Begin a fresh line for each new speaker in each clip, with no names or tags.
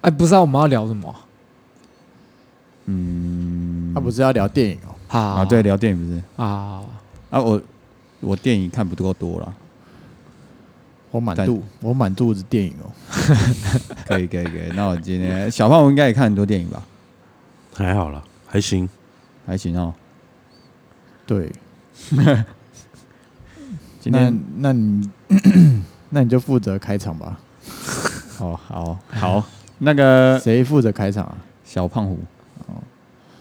哎，不知道我们要聊什么
嗯
他啊不是要聊电影哦，
啊？
啊，对，聊电影不是
啊，
啊，我我电影看不够多了，
我满
但
肚我满肚子电影哦，
可以可以可以。那我今天小胖，我应该也看很多电影吧？
还好啦，还行。
还行哦。
对，
今
那
天
那你 那你就负责开场吧，
哦，好好，那个
谁负责开场啊？
小胖虎，哦，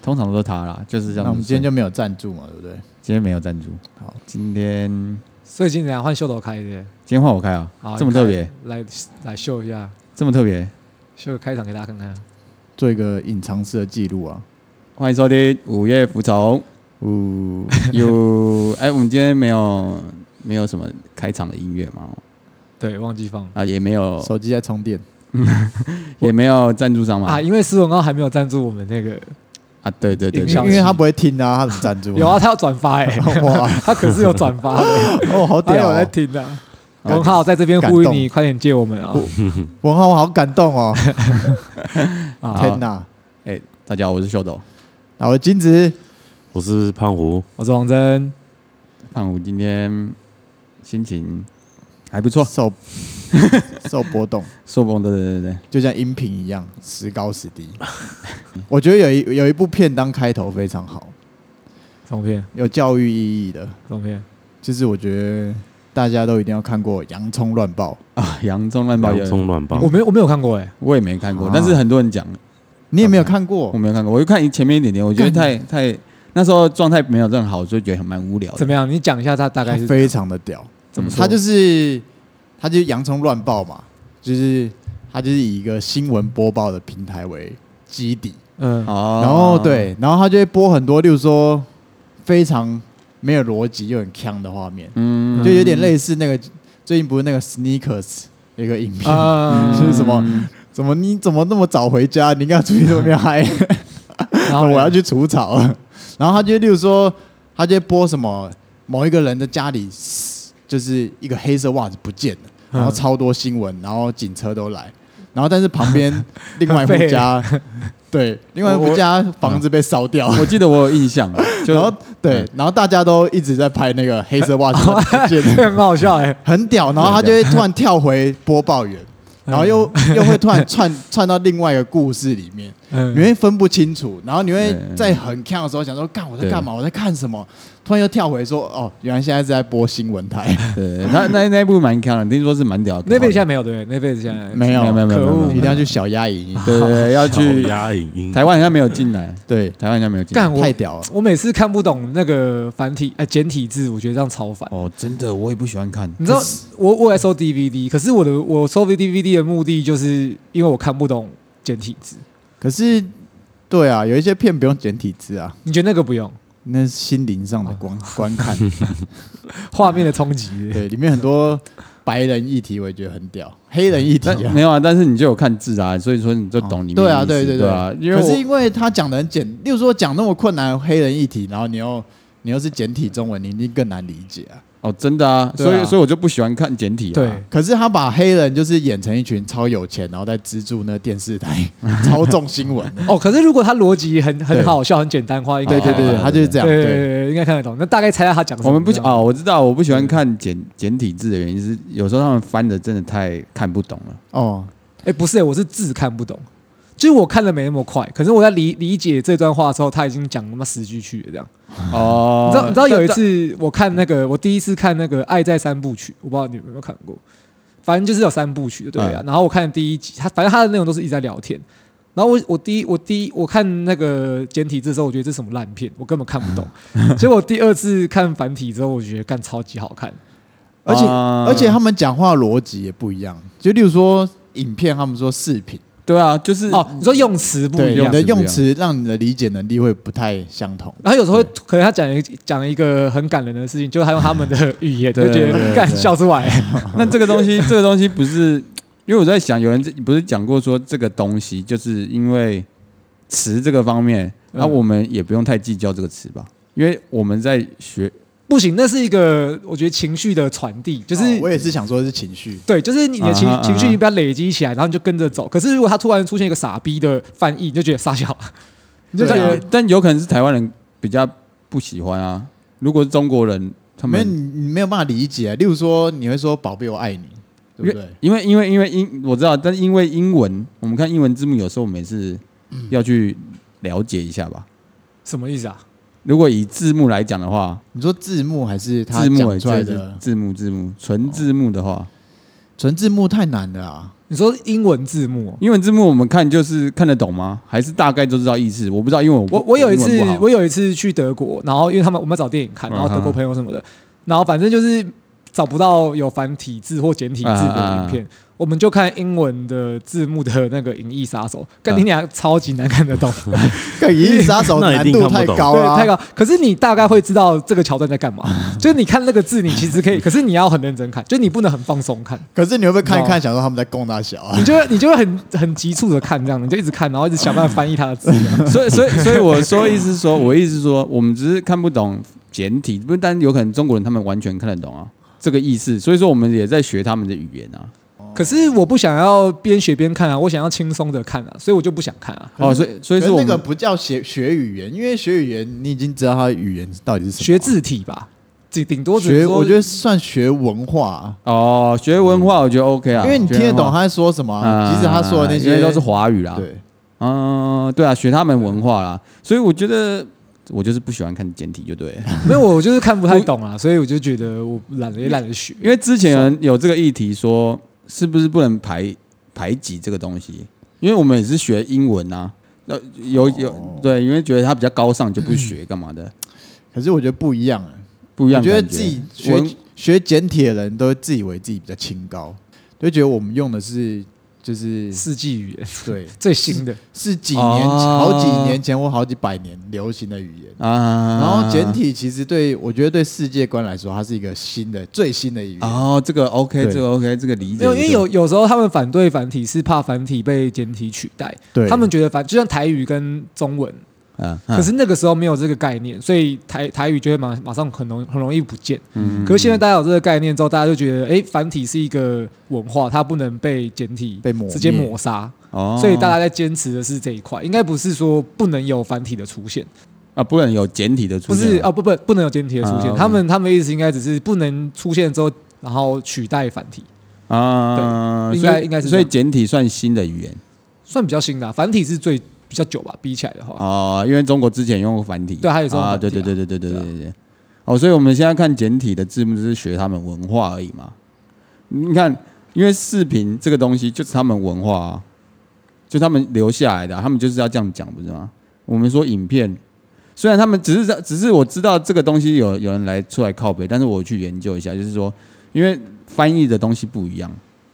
通常都是他啦，就是这样子算。
那我们今天就没有赞助嘛，对不对？
今天没有赞助。
好，
今天
所以今天换秀头开的，
今天换我开啊，
好，
这么
你看
特别，，
来来秀一下，
这么特别。
秀个开场给大家看看。
做一个隐藏式的记录啊。
欢迎收听《午夜服从
呜，》
有。哎，我们今天没有没有什么开场的音乐嘛？哦
对，忘记放
啊，也没有
手机在充电，
也没有赞助商嘛
啊，？因为施文刚还没有赞助我们那个，
啊，对对对
影
因
响
对，
为他不会听啊，他怎么赞助？
有啊，，他要转发哎，
哇，
他可是有转发的，
哦， 好
哎
他
屌
有在
哦！
听的。文浩在这边呼吁你，快点借我们啊！
哦文浩，我好感动 哦！
好
天哪，
哎，大家好，我是秀斗
然后金子
我是胖虎，
我是王真，
胖虎，今天心情还不错，
受受波动，
受不了，对对对对，
就像音频一样，时高时低。 我觉得有一有一部片当开头非常好，
什么片？
有教育意义的，
什么片？
就是我觉得大家都一定要看过《洋葱乱爆》，
啊，洋葱乱爆
洋，葱乱爆
我，没有我没有看过哎，
我也没看过
啊，
但是很多人讲，
你也没有看过
嗯
我？没有看过，我就看前面一点点，我觉得太太那时候状态没有这么好，所以觉得很蛮无聊的
怎。么样？你讲一下他大概
它
是
哦非常的屌，
怎么说？
他就是他就是洋葱乱爆嘛，就是他就是以一个新闻播报的平台为基底，
嗯
哦
然后，对，然后他就会播很多，例如说非常没有逻辑又很呛的画面，
嗯
就有点类似那个最近不是那个 sneakers 有一个影片，
啊
就是什么怎么你怎么那么早回家？你刚出去都没有嗨，
然后
我
嘞
要去除草了。然后他就例如说，他就播什么某一个人的家里就是一个黑色袜子不见了，
嗯
然后超多新闻，然后警车都来，然后但是旁边另外一户 家，对，另外一户家房
嗯
子被烧掉。
我记得我有印象，就
然后 对
嗯，
然后大家都一直在拍那个黑色袜子 不见了，
很好笑哎，
很屌。然后他就会突然跳回播 报员，
嗯
然后又又会突然串串到另外一个故事里面。
嗯
你会分不清楚，然后你会
嗯
在很看的时候想说，干我在干嘛？我在看什么？突然又跳回说，哦，原来现在是在播新闻台，
对，那那那一部蛮强的，听说是蛮屌的。
那辈子现在没有对不对？那辈子现在
没有
没有没有没有
可恶
没
一
有
定要去小鸭影音。
对对对，要去
小鸭影音，
台湾好像没有进来，
对，
台湾好像没有进来。
干我
太屌了。
我每次看不懂那个繁体哎简体字，我觉得这样超烦。
哦，真的，我也不喜欢看。
你知道我我也收 DVD，可是我的我收 DVD 的目的就是因为我看不懂简体字。
可是，对啊，有一些片不用简体字啊，
你觉得那个不用
那是心灵上的 观观看。
画面的冲击？
对，里面很多白人议题，我也觉得很屌，黑人议题
但
啊。
没有啊，但是你就有看字啊，所以说你就
哦
懂里面的
对啊，
意思
对对
对啊，因为
可是
我
因为他讲的很简，例如说讲那么困难的黑人议题，然后你又 你又是简体中文，你一定更难理解啊。
哦，真的啊，
对啊
所以所以我就不喜欢看简体啊。
对，
可是他把黑人就是演成一群超有钱，然后在资助那个电 视台操纵新闻的。
哦，可是如果它逻辑很很
对
好笑、很简单的话，应该
对
看
对对
得
对
懂
他就是这样。
对对
对，
对，应该看得懂。那大概猜到他讲什么？
我们不
这
喜
样
啊，我知道我不喜欢看简简体字的原因是，有时候他们翻的真的太看不懂 了。
哦，
哎、不是、我是字看不懂，就是我看的没那么快，可是我在理理解这段话的时候，他已经讲他妈十句去了这样。
哦
你知道，你知道有一次我看那个，我第一次看那个《爱在三部曲》，我不知道你们有没有看过，反正就是有三部曲的，对啊。
嗯
然后我看第一集，他反正他的内容都是一直在聊天。然后我我第一我第一我看那个简体字的时候，我觉得这是什么烂片，我根本看 不懂。结果第二次看繁体之后，我觉得干超级好看。
而且
啊
而且他们讲话逻辑也不一样。就例如说影片，他们说视频，
对啊，就是
哦，你说用词不一
对你
样，
的用词让你的理解能力会不太相同。
然后有时候会可能他讲一讲了一个很感人的事情，就是他用他们的语言，就
对
觉
对对
得
对
干笑出来。
那这个 东西，这个东西不是，因为我在想，有人不是讲过说这个东西，就是因为词这个方面，那、啊
嗯
我们也不用太计较这个词吧，因为我们在学，
不行，那是一个我觉得情绪的传递，就是、
哦我也是想说是情绪，
对，就是你的情、
啊哈
情绪
啊哈
你把它累积起来，然后你就跟着走。可是如果他突然出现一个傻逼的翻译，你就觉得傻笑， 你就觉
对啊
得
但但有可能是台湾人比较不喜欢啊。如果是中国人，他
没有
们
你你没有办法理解。例如说，你会说“宝贝，我爱你”，对不对？
因为因为因为英我知道，但因为英文，我们看英文字幕有时候我们也是
嗯
要去了解一下吧。
什么意思啊？
如果以字幕来讲的话，
你说字幕还是他
字幕
讲
也
出来
就是
的？哦
字幕字幕纯字幕的话，
纯字幕太难了啊！
你说英文字幕哦、
英文字幕我们看就是看得懂吗？还是大概都知道意思？我不知道，因为我不
我我有一
英
次
文不好嗯
我有一次去德国，然后因为他们我们找电影看，然后德国朋友什么的，然后反正就是找不到有繁体字或简体字的影
嗯
片，我们就看英文的字幕的那个《银翼杀
嗯
手》，干你俩超级难看得 懂，
《银翼杀手》
那
难
一定
度
看不
太
懂
高啊
对
了，，
太。高。可是你大概会知道这个桥段在干嘛，就是你看那个字，你其实可以，可是你要很认真看，就你不能很放松看，
可是你会不会看一
你
哦
看，想说他们在供大小啊？
你就会你就会很很急促的看这样，你就一直看，然后一直想办法翻译他的字。
所以所以所以我说意思是说，我意思是说，我们只是看不懂简体，不但有可能中国人他们完全看得懂啊这个意思，所以说我们也在学他们的语言啊。
可是我不想要边学边看啊，我想要轻松的看啊，所以我就不想看啊。
哦，所以所以
可是
说我
那个
们
不叫学学语言，因为学语言你已经知道它的语言到底是什么。
学字体吧，顶顶多只是
学，
说
我觉得算学文化，啊
哦学文化我觉得 OK 啊，
因为你听得懂
学文化
他在说什么啊。
啊
其实他说的那
因
些
为都是啊华语啦。
对，
嗯，对啊，学他们文化啦，所以我觉得我就是不喜欢看简体，就对了。
没有，我就是看不太懂啊，所以我就觉得我懒得也懒得学。
因为之
啊
前有这个议题说，是不是不能排排挤这个东西？因为我们也是学英文啊，那有
哦
有对，因为觉得它比较高尚，就不学干嘛的，
可是我觉得不一样啊。
不一样
我
的
觉
感。
得自己学
文
学简体的人都自以为自己比较清高，都觉得我们用的是就是
世纪语言
对，
最新的，
是几年前、
哦
好几年前或好几百年流行的语言。
啊，
然后简体其实对我觉得对世界观来说，它是一个新的、最新的语言。
哦，这个 OK，
对
这个 OK，这个理
没
解。
有，因为有有时候他们反对繁体是怕繁体被简体取代，
对
他们觉得繁就像台语跟中文，
啊，
可是那个时候没有这个概念，所以台台语就会马马上很容很容易不见。可是现在大家有这个概念之后，大家就觉得，哎、繁体是一个文化，它不能被简体
被抹灭
直接抹杀，
哦，
所以大家在坚持的是这一块，应该不是说不能有繁体的出现，
啊，不能有简体的出
不
现
是啊，不不不能有简体的出现，
啊
他们他们的意思应该只是不能出现之后，然后取代繁体，
啊，
对
所以
应该应该是这样
所以简体算新的语言
算比较新的啊、繁体是最比较久吧，比起来的话，
哦，因为中国之前用过繁体，
对它也是用
啊，
繁体
对
啊
对对对对对对对对。哦，所以我们现在看简体的字幕，就是学他们文化而已嘛。你看，因为视频这个东西就是他们文化啊，就他们留下来的啊、他们就是要这样讲，不是吗？我们说影片，虽然他们只是在，只是我知道这个东西有有人来出来靠背，但是我去研究一下，就是说，因为翻译的东西不一样，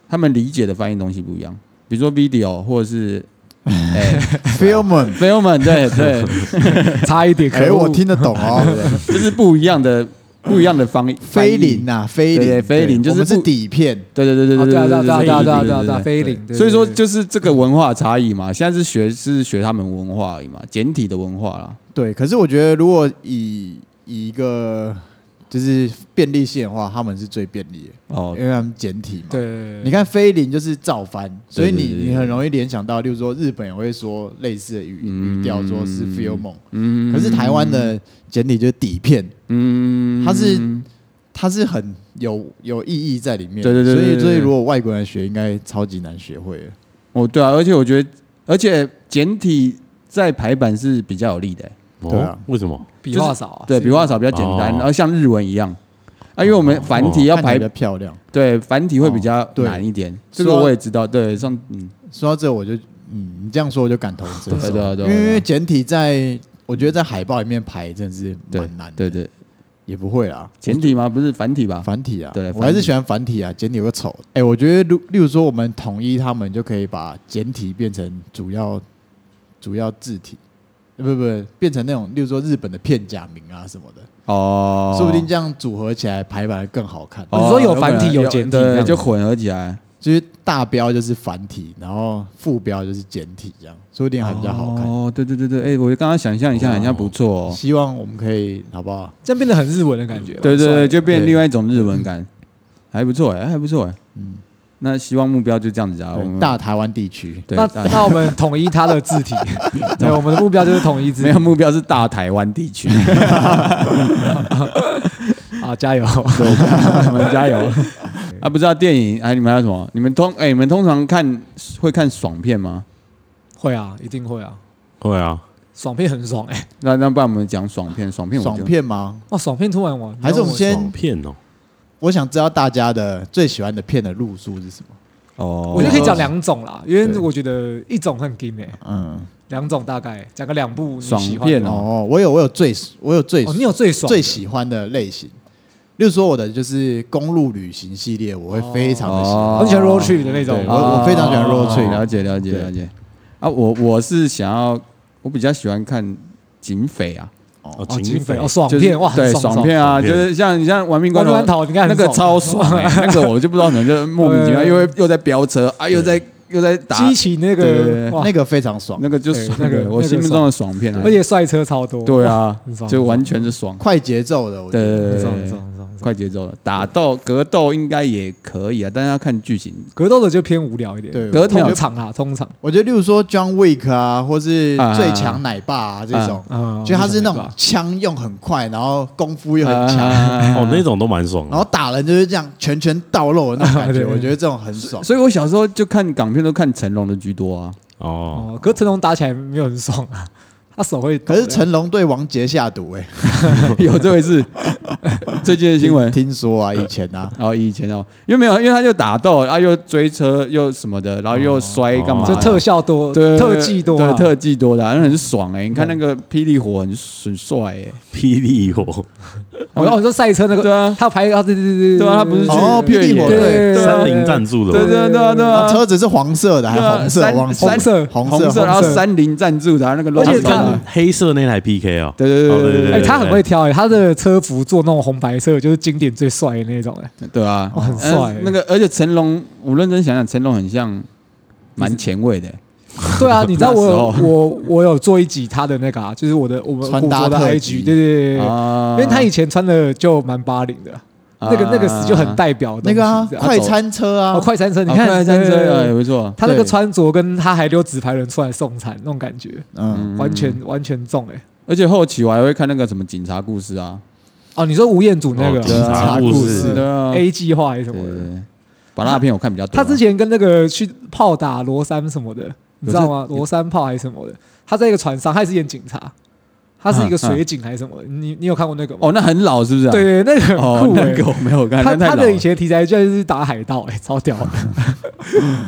他们理解的翻译东西不一样，比如说 video 或者是。哎、
Filmon，
朋友们，对对，
差一点，可
哎，
恶
我听得懂哦。
就是不一样的不一样的方
菲林，呐，菲
对对
林，
菲林就是
我们是
不
底片。
翻译对对对
哦
对
对啊
对
对啊对啊对啊对啊对啊
对
对啊，
对
非零，对
所以说
对对
就是这个文化差异嘛，现在是学是学他们文化而已嘛，简体的文化啦，
对，可是我觉得如果以以一个就是便利性的话，他们是最便利的，
哦
因为他们简体嘛。
对对对对
你看菲林就是造翻，所以
对对
你
对
你很容易联想到，例如说日本也会说类似的语语调，说是 feel 梦，
嗯
可是台湾的简体就是底片，
嗯
它是它是很有有意义在里面。
对对对对
所以
对
所以如果外国人学，应该超级难学会的。
哦对啊，而且我觉得，而且简体在排版是比较有利的、
哦
对啊
为什么？
笔画少啊，
对
是
笔画少比较简单，
哦
然后像日文一样。啊，因为我们繁体要
哦看起
排
来比较漂亮。
对繁体会比较
对
难一点，这
说
个我也知道。对，像嗯，
说到这，我就嗯，你这样说我就感同身
对
受，
对啊对
因
啊，
为因为简体在我觉得在海报里面排真的是
对
蛮难的，
对对
也不会啦。
简体吗？不是繁体吧？
繁体啊，
对繁体
我还是喜欢繁体啊，简体有个丑。哎、我觉得如例如说我们统一他们，就可以把简体变成主要主要字体，呃不不，变成那种例如说日本的片假名啊什么的，
哦，
说不定这样组合起来排版更好看。
哦你说有繁体
可能
有简体这
对，
样
就混合起来。
就是大标就是繁体，然后副标就是简体，这样说不定还比较好看。
哦，对对对对，哎、我刚刚想象一下，好像不错哦。
希望我们可以好不好？
这样变得很日文的感觉。
对对
帅
对，就变
对
另外一种日文感，还不错哎、还不错哎、嗯，那希望目标就这样子啊，我们
对大台湾地区，
对
那
大
那我们统一它的字体，对，我们的目标就是统一字
没
体
有目标是大台湾地区，
啊，加油！
我们加油 啊！不知道电影哎，你们还有什么？你们通哎、你们通常看会看爽片吗？
会啊，一定会啊，
会啊，
爽片很爽哎，
那那不然我们讲爽片，爽片我就
爽片吗？
哇，爽片突然玩，
还是我们先
爽片哦，
我想知道大家的最喜欢的片的路数是什么？
哦，
我觉得可以讲两种啦，因
对
为我觉得一种很 gay 哎，
嗯，
两种大概讲个两部你
爽
喜欢
片
的
哦，我有我有最我有最、
哦，你有最爽的
最喜欢的类型，例如说我的就是公路旅行系列，我会非常的喜欢。
哦
完全 road trip 的那种
对，我我非常喜欢
哦
road trip
了解了解
对
了解。啊，我我是想要，我比较喜欢看警匪啊，
哦，
哦，警
警
匪
匪
哦，爽
就是
片哇，
对，
很爽
爽片啊，
爽
就
片
是像你像《玩命
关
关头
关》，头，你看
那
很
个
爽
超爽欸，那个我就不知道怎么就莫名其妙，
对
因为又在飙车啊，又在又在打，
激起那
对对
个
对
哇
那，个非常爽，
那个就
对
爽
那个
了
那
我
个
心目中的爽片啊
而，且帅车超多，
对啊
很，爽
就完全是爽，
快节奏的，我觉
对
得
对
很
对
爽，很爽很
对对，
爽，很爽
快节奏了，打斗格斗应该也可以啊，但是要看剧情，
格斗的就偏无聊一点，
对
格斗
通常啊，通常
我觉得，例如说 John Wick 啊，或是
啊
最强奶爸啊这种，
啊，
就他是那
我想
种
明白
枪用很快，然后功夫又很
啊
强，
啊
哦，那种都蛮爽
然
的
后。打人就是这样拳拳到肉的那种感
对
觉。
对
我觉得这种很 爽。
所以我小时候就看港片都看成龙的居多啊，
哦，
哦，可是成龙打起来没有很爽啊，他手会抖
可
的，
是成龙对王杰下毒、欸，哎，
有这回事。最近的新闻，
听说啊，以前啊，
然后以前哦，因为没有，因为他就打斗，然后又追车又什么的，然后又摔干嘛
就
的？
哦特效多，
对
特技多啊，嗯
对特技多的啊，那很爽哎！你看那个霹雳火很很帅哎，
霹雳火，
我要我说赛车那
对
个，
啊，
他拍啊，对对对
对啊，他不是去
哦霹
越
雳
野
火
对啊
对
对
三菱赞助
对
的
对对对
然后
啊，
车子是黄色的，还
对啊
红色，
三
我忘记了
红色
红
红色，
色，
然后山林赞助的啊，那个 logo
而
哦，
且
你
他
啊
看黑色那台 PK 哦，
对对对
哦
对对
哎，
对，
他很会挑哎，他的车服做那种红白色，就是经典最帅的那种哎，
对啊，
哇很帅
呃
欸
那个而且成龙，我认真想想，成龙很像蛮前卫的，
对啊，你知道我有
那时候
我我有做一集他的那个啊，就是我的我们
穿
古
搭
着的
特
IG，
辑
对对对，对
啊
因为他以前穿的就蛮八零的，那个那个是就很代表的东
那
西
个啊
这，样
快餐车啊
哦，快餐车，你
啊
看
快餐
对对
车
对
啊也不错，
他那个
对
穿着跟他还溜纸牌人出来送餐那种感觉，
嗯，
完全完全中哎。
而且后期我还会看那个什么警察故事啊，
哦，你说吴彦祖那个
哦警察
故
故事
事
对啊
A 计划还是什
对
么
对
的？
对，把那片我看比较多啊。
他之前跟那个去炮打罗山什么的，你知道吗？罗山炮还是什么的？他在一个船上，他也是演警察，他是一个水警还是什么的？你你有看过那个吗？
嗯哦，那很老是不是啊？
对，那个很
哦，
酷
那
欸
个我没有看，
他
那太
他
老
的以
了。
前题材就是打海盗，哎，超 屌的，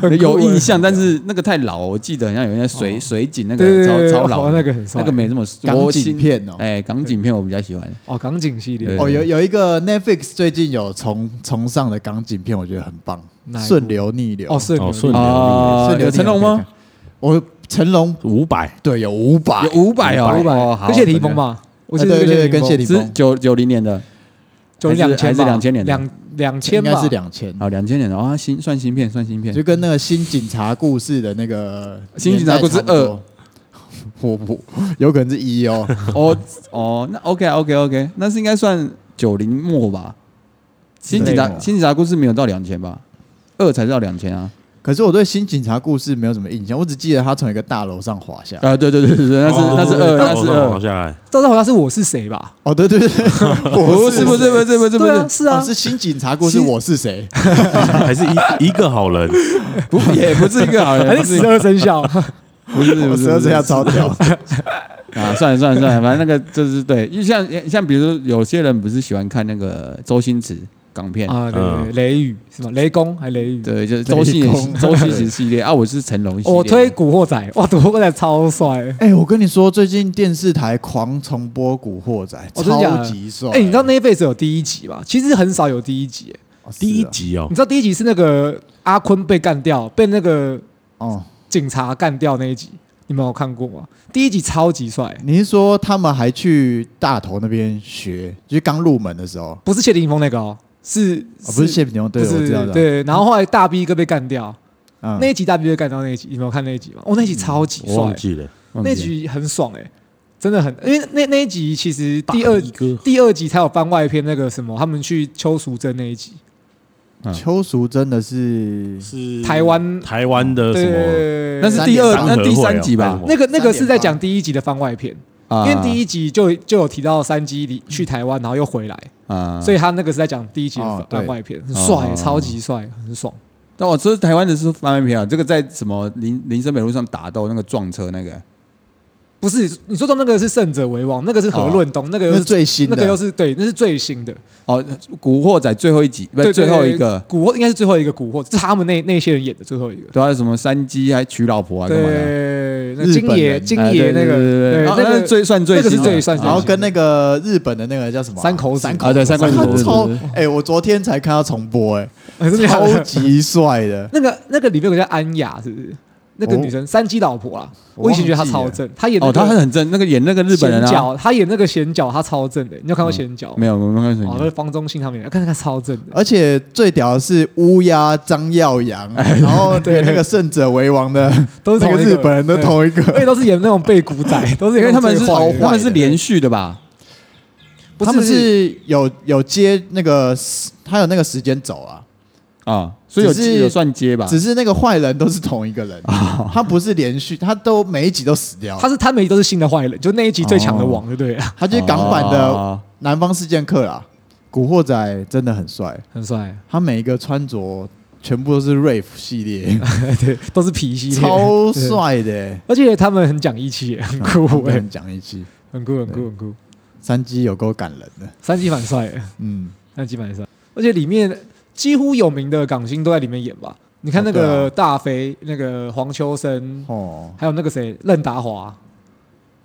很酷
有
欸
印象，但是那个太老，我记得好像有人在水水井那
对
个
哦对
超
对
超
哦
老的，
那个很帅
那个没这么
港
我新
警片哦。
哎，港警片我比较喜欢。
哦，港警系列
对
哦，有有一个 Netflix 最近有重重上的港警片，我觉得很棒，
哪一部
《顺流逆流》嗯
哦，顺流
哦顺流
啊
顺流逆流
有成龙
可以
吗？
看？我成龙
五百，
对有五百
有五百哦，
五
哦
百，
好哎
跟谢霆锋嘛，我记得
对对对
跟
跟谢霆
是九九零年的，
九
还是
两
还
千
是
吧，
2000年的
两两
应
千
该
吧
是，两千，
啊，两千年的啊，新算新片，算新片
就。跟那个《新警察故事》的那个《
新警察故事二》。
我不有可能是一哦，
哦哦，那 OK OK OK，那是应该算九零末吧？新警察
对
新警察故事没有到两千吧？二才到两千啊！
可是我对《新警察故事》没有什么印象，我只记得他从一个大楼上滑下来。
啊，对对对对对，那是
哦
那是二，那是
往
二，
下来，
到时候好像是我是谁吧？
哦，对对对，
不
我
是不是不是不是不
对啊，
是
是啊
哦，是《新警察故事》，
新
我是谁？
还是一一个好人，
不也不是一个好人，
哦
还
不
是
是
哎十二生 肖？啊
不是不
我
是
十二生肖超屌。
啊，算了算了算了，反正那个就是对，因为像像比如说有些人不是喜欢看那个周星驰港片，
啊，对对对，
嗯
雷雨是吗？雷公还雷雨？
对，就是周星
雷
驰
公
周星驰系列啊，我是成龙系列，
我哦推《古惑仔》，哇，《古惑仔》超帅！
哎，我跟你说，最近电视台狂重播《古惑仔
哦》，真的假的
超级帅。
哎，你知道 Netflix 有第一集吧？其实很少有第一集，哎
哦是啊
第一集哦
你，知道第一集是那个阿坤被干掉，被那个
哦？
警察干掉那一集，你们有看过吗？第一集超级帅，
你是说他们还去大头那边学，就是刚入门的时候？
不是谢霆锋那个哦，是
哦不是谢品牛，对，
不
我知道
是
的。，
对，然后后来大 B 哥被干掉，
嗯
那一集大 B 哥被干掉那一集，你没有看那一集吗？哦，那一集超级
我
帅
忘，记了。
忘
那
记了
集很爽哎，真的很，因为那那一集其实第二
一个
第二集才有番外篇那个什么，他们去邱淑贞那一集，
嗯
邱淑真的是
是
台湾
台湾的什么？
对，
那是第二，
三
那
点档
第三集吧？
那个那个是在
3.8
讲第一集的番外篇，哦因
啊，
为
嗯
第一集就就有提到三基里去台湾，然后又回来，
啊，
所以他那个是在讲第一集的
哦对
番外篇，很帅、
哦
超级帅，很爽。
但我说台湾的是番外篇啊，这个在什么林林森北路上打斗那个撞车那个，
不是你说中那个是胜者为王，那个是何润东，那个又
那是
是
最新
那个又
的，
是对，那是最新的，
哦，《古惑仔》最后一集，不
对
是最后一个，
古惑应该是最后一个古惑，这是他们那那些人演的最后一个。
对啊，什么山鸡还娶老婆啊，干嘛的？
对，那
日
金
本
爷
人
金
哎
爷那
对
个，
对对对
对
哦
那
那
个
最算最
那个是
新的
最算
然
最
后
新
跟那个日本的那个叫什么啊
三口子
三口
啊，对，三观
口
子
超
对对
哎，我昨天才看到重播，哎，
还是两
超
个
级帅的。
那个那个里面有个叫安雅，是不是？那个女生三姬老婆啊，
我
我以前觉得她
忘记了
超正，她演
哦，
那个
他很正，那个演那个日本人
贤
啊，
角，她演那个贤角，她超正的。你有看过贤角？
没有，我们看什
哦，那
么？
是方中信他们演，看她超正的。
而且最屌的是乌鸦张耀扬，然后
哎对
对那个胜者为王的，
都是
那
同一个哎
日本人都同一
而
个，
且都是演那种被古仔，都是
因
演
为
那
他
种
们是
最
哦
坏的
他们是连续的吧？
不
他
是
们是有有接那个他有那个时间轴啊，
啊，所以有
只是
有算接
啊
吧？
只是那个坏人都是同一个人，他不是连续，他都每一集都死掉，
他是他们都是新的坏人，就那一集最强的王，对不对了？
他就是港版
啊
的
哦
南方四剑客啦。古惑仔真的很帅，
很帅，
他每一个穿着全部都是 rave 系列，
对，都是皮系列，
超
对。
帅的、欸，
而且他们很讲义气，很酷
啊
哎，
很讲义气。
很酷，很酷，很酷。
山鸡有够感人的，
三姬蛮帅的，
嗯，
那基本上，而且里面几乎有名的港星都在里面演吧。你看那
哦对
个
啊
大飞，那个黄秋生，
哦，
还有那个谁任达华，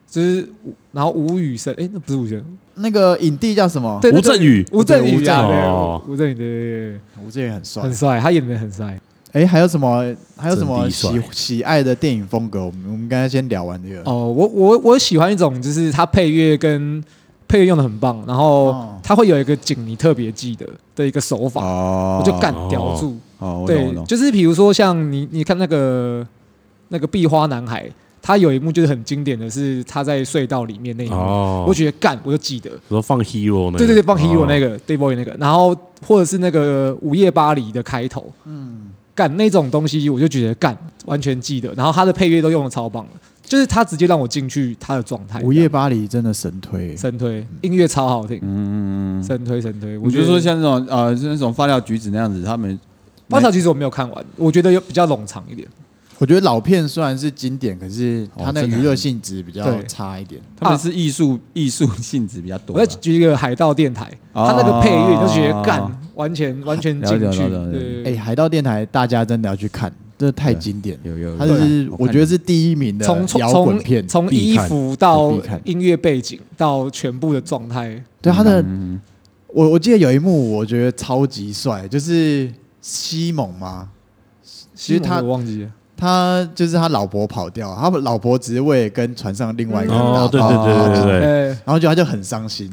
就是吴然后吴宇森，哎，那不是吴宇森，
那个影帝叫什么？
对，
吴镇宇
那个吴镇
对吴
宇
啊镇宇
啊，
哦
对，吴镇宇，对对
我这也很帅
对，很。帅，他演的很帅。
哎、还有什么？还有什么
真的
喜
帅
喜爱的电影风格？我们我们刚才先聊完这个。
哦，我我我喜欢一种，就是他配乐跟配乐用的很棒，然后
哦
他会有一个景你特别记得的一个手法，
哦
我就干叼住。
哦，我懂我
对，
懂，
就是比如说像你，你看那个那个壁花男孩，他有一幕就是很经典的是他在隧道里面那一幕，
哦，
我觉得干我就记得，
我说放 hero 呢？
对对对，
哦
放 Hero 那
个，
个、Day Boy 那个，然后或者是那个午夜巴黎的开头，嗯，干那种东西我就觉得干完全记得，然后他的配乐都用的超棒的，就是他直接让我进去他的状态，
午夜巴黎真的神推、
神推音乐超好听，
嗯嗯嗯。
神推神推，
我
我
觉
觉
得
得
说像这种呃，是那种发料橘子那样子，他们
花草其实我没有看完，我觉得有比较冗长一点。
我觉得老片虽然是经典，可是它
哦
那
真的
娱乐性质比较
对
差一点。
他们是艺术艺术性质比较多
啊我再
吧。
举一个海盗电台，
哦
他那个配乐你就觉得
了解
干，完全完全进
了
去
解了解。
对
哎、海盗电台大家真的要去看，真的太经典了。
有有，有
它是我觉得是第一名的
从
摇滚
从
片
从，从
必
衣
看
服到
必看
音乐背景到全部的状态，
对它的
嗯
我我记得有一幕，我觉得超级帅，就是西蒙嘛，
其
实他
我忘记了，
他就是他老婆跑掉，他老婆只是为了跟船上另外一个人打炮，，
哦对对对对对，
哎，
然后就他就很伤心，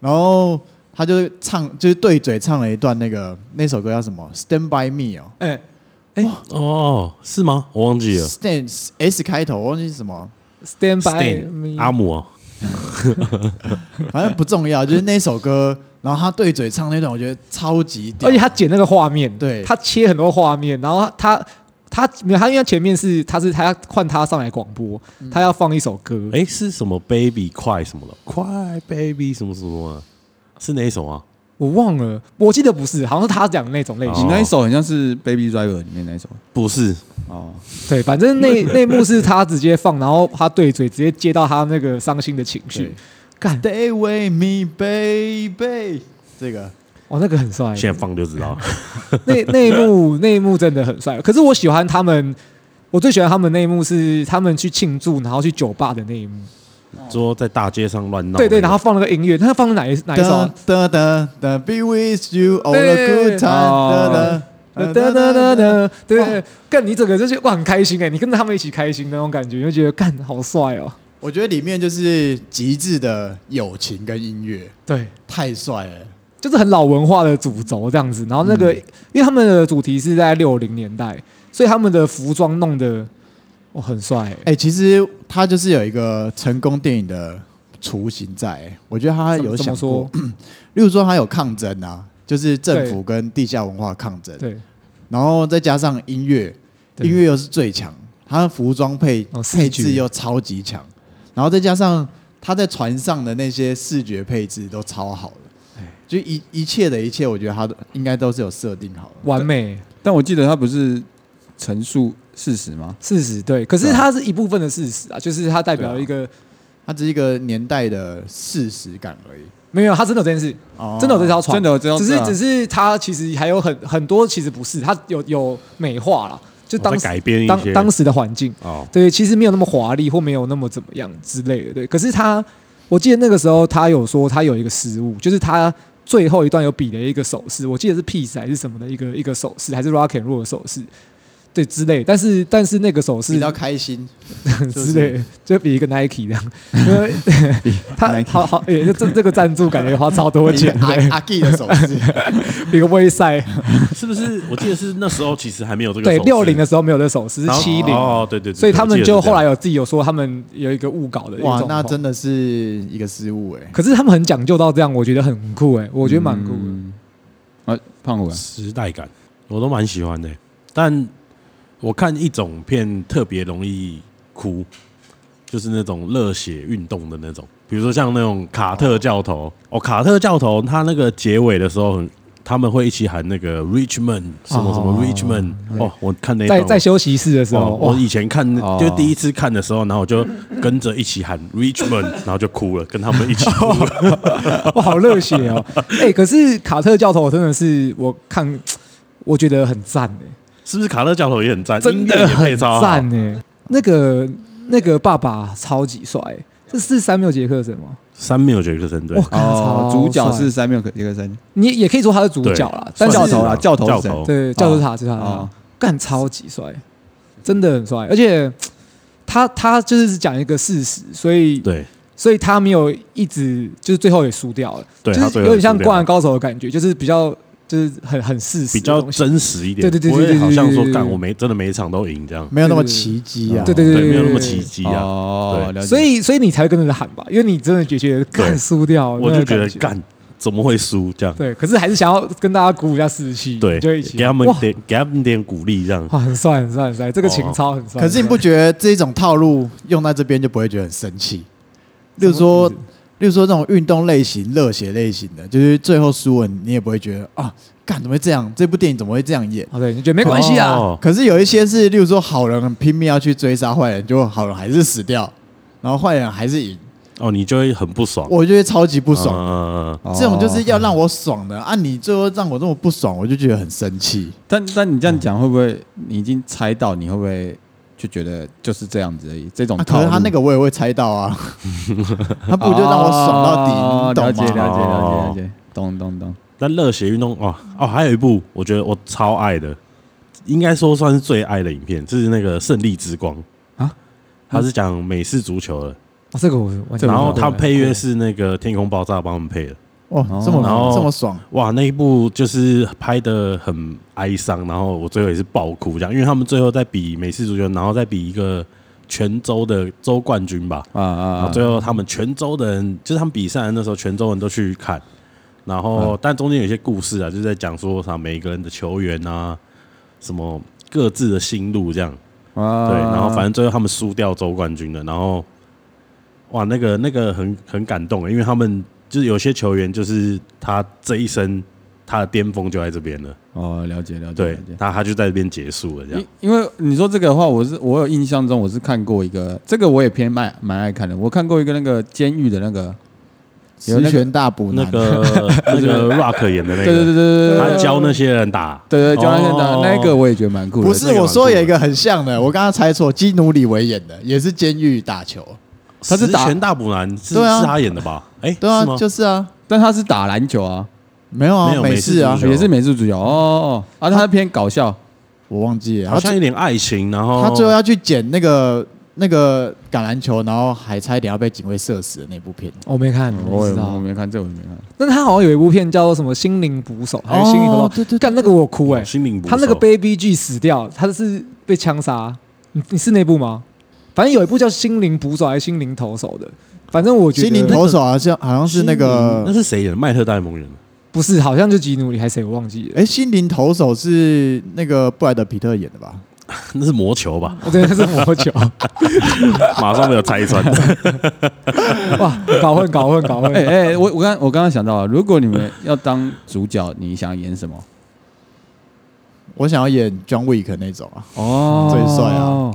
然后他就唱，就是对嘴唱了一段那个那首歌叫什么《Stand by Me》哦
哎，
哦，是吗？我忘记了。
，Stand S 开头，我忘记是什么，
，Stand by 嗯
Stan 阿
me，
姆啊，
反正不重要，就是那首歌，然后他对嘴唱那段，我觉得超级屌，
而且他剪那个画面，
对
他切很多画面，然后他他没有他，因为他前面是他是他要换他上来广播，他要放一首歌，
哎，是什么 baby 快什么的，快 baby 什么什么啊？是哪一首啊？
我忘了，我记得不是，好像是他讲的那种类
你
型
哦，
那一首很像是《Baby Driver》里面那一首
不是，
哦，
对，反正那那幕是他直接放，然后他对嘴直接接到他那个伤心的情绪
对，
干，
Stay with me, baby，这个
哦，那个很帅，
现在放就知 道了。
那那一幕那一幕真的很帅。可是我喜欢他们，我最喜欢他们那一幕是他们去庆祝，然后去酒吧的那一幕。
说在大街上乱闹那个，
哦对对，然后放了个音乐，他放了哪一哪一首啊？
噔噔噔，Be with you all
对
the good
哦
time，
哒
噔噔
哒哒哒哒，对
哇，
干你整个就是哇很开心哎，你跟着他们一起开心那种感觉，你就觉得干好帅哦。
我觉得里面就是极致的友情跟音乐，
对，
太帅了。
就是很老文化的主轴这样子。然后那个，因为他们的主题是在六零年代，所以他们的服装弄得哦很帅、欸。
哎、其实他就是有一个成功电影的雏形在、我觉得他
怎么
有
怎么
想
说
过，例如说他有抗争啊，就是政府跟地下文化抗争，
对，
然后再加上音乐，
对
音乐又是最强，他的服装配、
哦视觉
配置又超级强，然后再加上他在船上的那些视觉配置都超好
哎
了，就一一切的一切，我觉得他都应该都是有设定好的。
完美
但我记得他不是陈述事实吗？
事实对。可是它是一部分的事实啊，就是它代表一个、
它只是一个年代的事实感而已。
没有，它真的有这件事，
哦
真的有这条船，
真的有这条
只
船
是
啊
只是它其实还有很很多其实不是，它有有美化啦，就
我
当
在
时
改编一些
当当时的环境。
哦，
对，其实没有那么华丽或没有那么怎么样之类的，对。可是他，我记得那个时候他有说他有一个失误，就是他最后一段有比了一个手势，我记得是 peace 还是什么的一个一个手势，还是 rock and roll 的手势，对之类。但是但是那个手 势
比较开心，
之类的，就比一个 Nike 这样， 因为他
Nike
好好，也、这这个赞助感觉花超多
比
钱，
阿阿 G 的手 势，
比个威赛，
是不是？我记得是那时候其实还没有这个
对
手势
六零的时候没有这手势，是
然后
七零。
哦，对对对，
所以他
我
们
记得
就是
这
后来
样
有自己有说，他们有一个误搞的一个
哇
状，
那
况
真的是一个失误哎。
可是他们很讲究到这样，我觉得很酷哎、我觉得蛮酷的。
嗯啊，胖虎啊，
时代感，我都蛮喜欢的。但我看一种片特别容易哭，就是那种热血运动的那种，比如说像那种卡特教头哦，卡特教头他那个结尾的时候很。他们会一起喊那个 Richmond 什么什么 Richmond 哦，我看那一段
在
我
在休息室的时
哦
候，
我
哇，
以前看
哦
就第一次看的时候，然后我就跟着一起喊 Richmond，然后就哭了，跟他们一起哭了。
我好热血 哦！哎、可是卡特教头真的是我看，我觉得很赞哎、
是不是卡特教头也很赞？
真
音乐
的
也配啊
很
超好
赞哎、那个那个爸爸超级帅、这是三缪杰克森吗？
三缪杰克森对
哇，，看他超帅
哦主角是三缪克杰克森，
你，也可以说他是主角啦，
对
但是
教头啦教头是谁
对，教授塔是他
哦
的，干超级帅，真的很帅，而且他他就是讲一个事实，所以
对
所以他没有一直就是最后也输掉了，
对
就
他
是
最
有
后也
点像《
输掉
灌篮高手》的感觉，就是比较就是很很事实啊
比
的东
较
西，
真实一
对
点，
对对
不
对对对
会好像
对对
说
对
干我没真的每一场都赢这样，
没有那么奇迹啊！
对对对
没有那么奇迹啊。
哦，
对
了解
所以所以你才会跟着喊吧，因为你真的也觉得干输掉，
我
那
就
个
觉得
感
干怎么会输这样？
对，可是还是想要跟大家鼓舞一下士气，
对，
你就一起
给他们
哇
点给他们点鼓励这样。
哇，很帅很帅很帅，这个情
哦
操很帅。
可是你不
很帅
觉得这种套路用在这边就不会觉得很生气？例如说，例如说这种运动类型、热血类型的，就是最后输了，你也不会觉得啊，干怎么会这样？这部电影怎么会这样演？
哦，对，你觉得没关系啊，
哦
可是有一些是，例如说好人很拼命要去追杀坏人，结果好人还是死掉，然后坏人还是赢，
哦，你就会很不爽，嗯
我就会超级不
不
啊
爽。
爽。
哦
这种就是要让我爽的啊！你最后让我这么不爽，我就觉得很生气。
但但你这样讲会不会？你已经猜到，你会不会就觉得就是这样子而已？这种
啊、
套
可
路，
是他那个我也会猜到 啊，他不就让我爽到底，
哦
你懂
了解了
吗？
解
哦
了解了解，懂懂懂。
但热血运动哦哦，还有一部我觉得我超爱的，应该说算是最爱的影片，就是那个《胜利之光》
啊，
它是讲美式足球的，
哦这个我完全
然后
不知
它
道
配乐是那个《天空爆炸》帮我们配的。
哇，哦这么、
然后
这么爽，
哇，那一部就是拍的很哀伤，然后我最后也是爆哭这样，因为他们最后在比美式足球，然后再比一个泉州的州冠军吧，
啊
然后
啊
最后他们泉州的人，就是他们比赛的那时候，泉州人都去看，然后、但中间有一些故事啊，就是在讲说啥每一个人的球员啊，什么各自的心路这样，
啊！
对，然后反正最后他们输掉周冠军了，然后哇，那个那个很很感动，欸因为他们就是有些球员就是他这一生他的巅峰就在这边了，
哦，了解了解
对
了解，。
那他就在这边结束了这样
因。因为你说这个的话，我是我有印象中我是看过一个，这个我也偏蛮蛮爱看的。我看过一个那个监狱的那个，有那
十
个
全大补
那
男，
个那个 Rock 演的那个，
对对对对对
他
对
教那些人打，
对对，教练
哦
的那个我也觉得蛮酷的。
不是
那个
我
蛮
说
酷
有
的
一个很像的，我刚刚猜错，基努里维演的，也是监狱打球，
他是
十
打
全大补男，是
对啊
是他演的吧？哎，
对啊
是吗，
就是啊，
但他是打篮球啊，
没有啊
没，有
美式啊
美式足，球
也是美术主角哦，哦啊，他偏搞笑
我忘记了，
好
他
像
最
有点爱情，然后
他最后要去捡那个那个橄榄球，然后还差一点要被警卫射死的那部片，
我没看，
哦
我不
我
知
也我
道。
没看，这我也没看。
但他好像有一部片叫做什么《心灵捕手》还是《心灵
哦
捕手》？
对对，
干那个我哭哎、
嗯心灵捕
他那个
手
Baby G 死掉，他是被枪杀。你你是那部吗？反正有一部叫《心灵捕手》还是《心灵投手》的，反正我觉得
心灵投手好像好像是那
心灵那
个，
是谁演的？麦特戴蒙演的。
不是，好像就吉努里还是谁我忘记了。
哎，心灵投手是那个布莱德皮特演的吧？
那是魔球吧？
哦对，那是魔 球。
马上没有拆穿。
哇，搞混搞混搞混。
哎哎，我我刚我刚刚想到了，如果你们要当主角，你想演什么？
我想要演 John Wick 那种啊，
哦，
最帅
啊，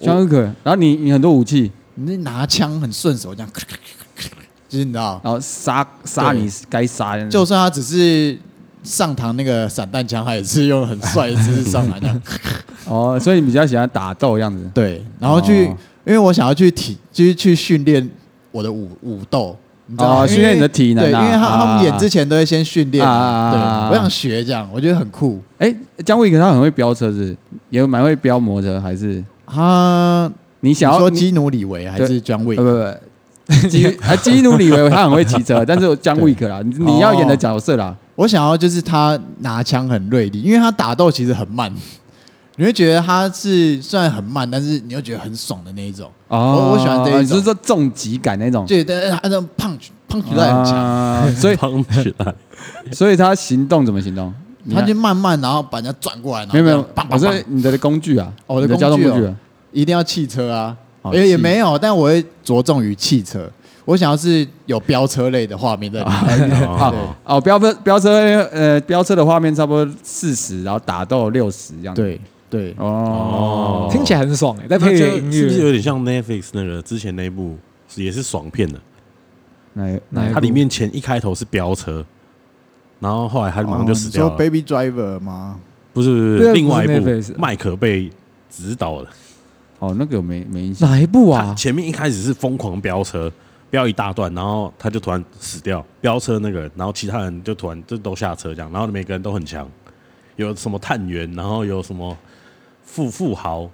张可。然后你你很多武器，
你那拿枪很顺手，这样， 咔咔咔咔咔就是你知道，
然后杀杀你该杀的那种，
就算他只是上膛那个散弹枪，他也是用很帅的姿势上膛这 样。
哦，所以你比较喜欢打斗样子。
对，然后去，
哦
因为我想要去体，就是去训练我的武武斗，你知道吗？
哦，训练你的
体
体能
对，因
啊。
为他他们演之
前，
前都会先训练
啊
啊。
啊啊啊
对，我想学这样，我觉得很酷。
哎，姜伟可他很会飙车子，也蛮会飙摩托，还是
他
你
你
想要
说
你呃
基努里维还是姜伟
不？不不， 基啊基努里维他很会骑车， 但是姜维克啦，你你要演
哦
的角色啦，
我想要就是他拿枪很锐利，因为他打斗其实很慢， 你会觉得他是虽然很慢，但是你又觉得很爽的那一种。
哦，
我我喜欢这一种
你是说重击感那种，
对，但是他那种 punch punch 力很强，
啊 所以
胖起来，
所以他行动怎么行动？你
他
看
就慢慢然后把人家转过来，然后
没有没有
这样，棒
我
棒
说
棒，
你的工具啊，
哦我
你
的
的
工具
交
哦
通工具啊，
一定要汽车啊，
哦
也也
汽
没有，但我会着重于汽车。我想要是有飙车类的画面在里 面，
啊
好哦，飙车飙车呃飙车的画面差不多四十，然后打斗六十这样。，
对对，
哦，
听起来很爽哎、再
那
配点
就
音
是不是
乐，
有点像 Netflix 那个之前那一部也是爽片的？
来
哪一
来
部
它里面前一开头是飙车，然后后来他马上就死掉
哦
了
你说。Baby Driver 吗？
不是不是不
对啊
是，另外一
不是
部
Netflix
麦克被指导的，
哦，那个我没没印象。
哪一部
他
啊？
前面一开始是疯狂飙车，飙一大段，然后他就突然死掉，飙车那个人，然后其他人就突然就都下车这样，然后每个人都很强，有什么探员，然后有什么富富豪，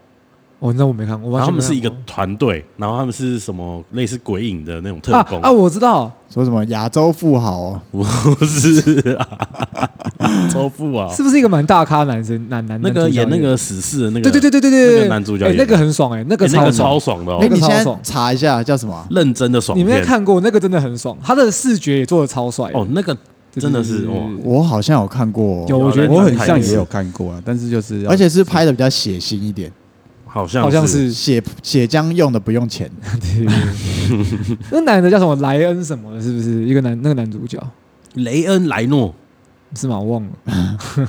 哦，那我没看过，我
然
完全
后他
没看过
们是一个团队，然后他们是什么类似鬼影的那种特
啊
工
啊，我知道，
说什么亚洲富豪、哦？
不是啊，超富啊，
是不是一个蛮大咖男生男男
那个演
男
那
主角
个死侍的那
对
个，
对对对对
那
对
个
对，
男主角
哎
演
那
的
个很爽哎、那个
欸那
超
个
爽
超爽的
哎、
那
哦，
个
你现
超
在
爽
查一下叫什么啊？
认真的爽
你没
片
看过那个真的很爽，他的视觉也做的超帅欸
哦，那个
对
真的是
对对
哇
对对
我好像有看过、哦，
有我觉得
我很
那
像
台
也
词
有看过啊，但是就是要
而且是拍的比较血腥一点，
好像
好像是
是
血血浆用的不 用钱。
那男的叫什么莱恩什么的，是不是一个男那个男主角
雷恩莱诺
是吗？我忘了。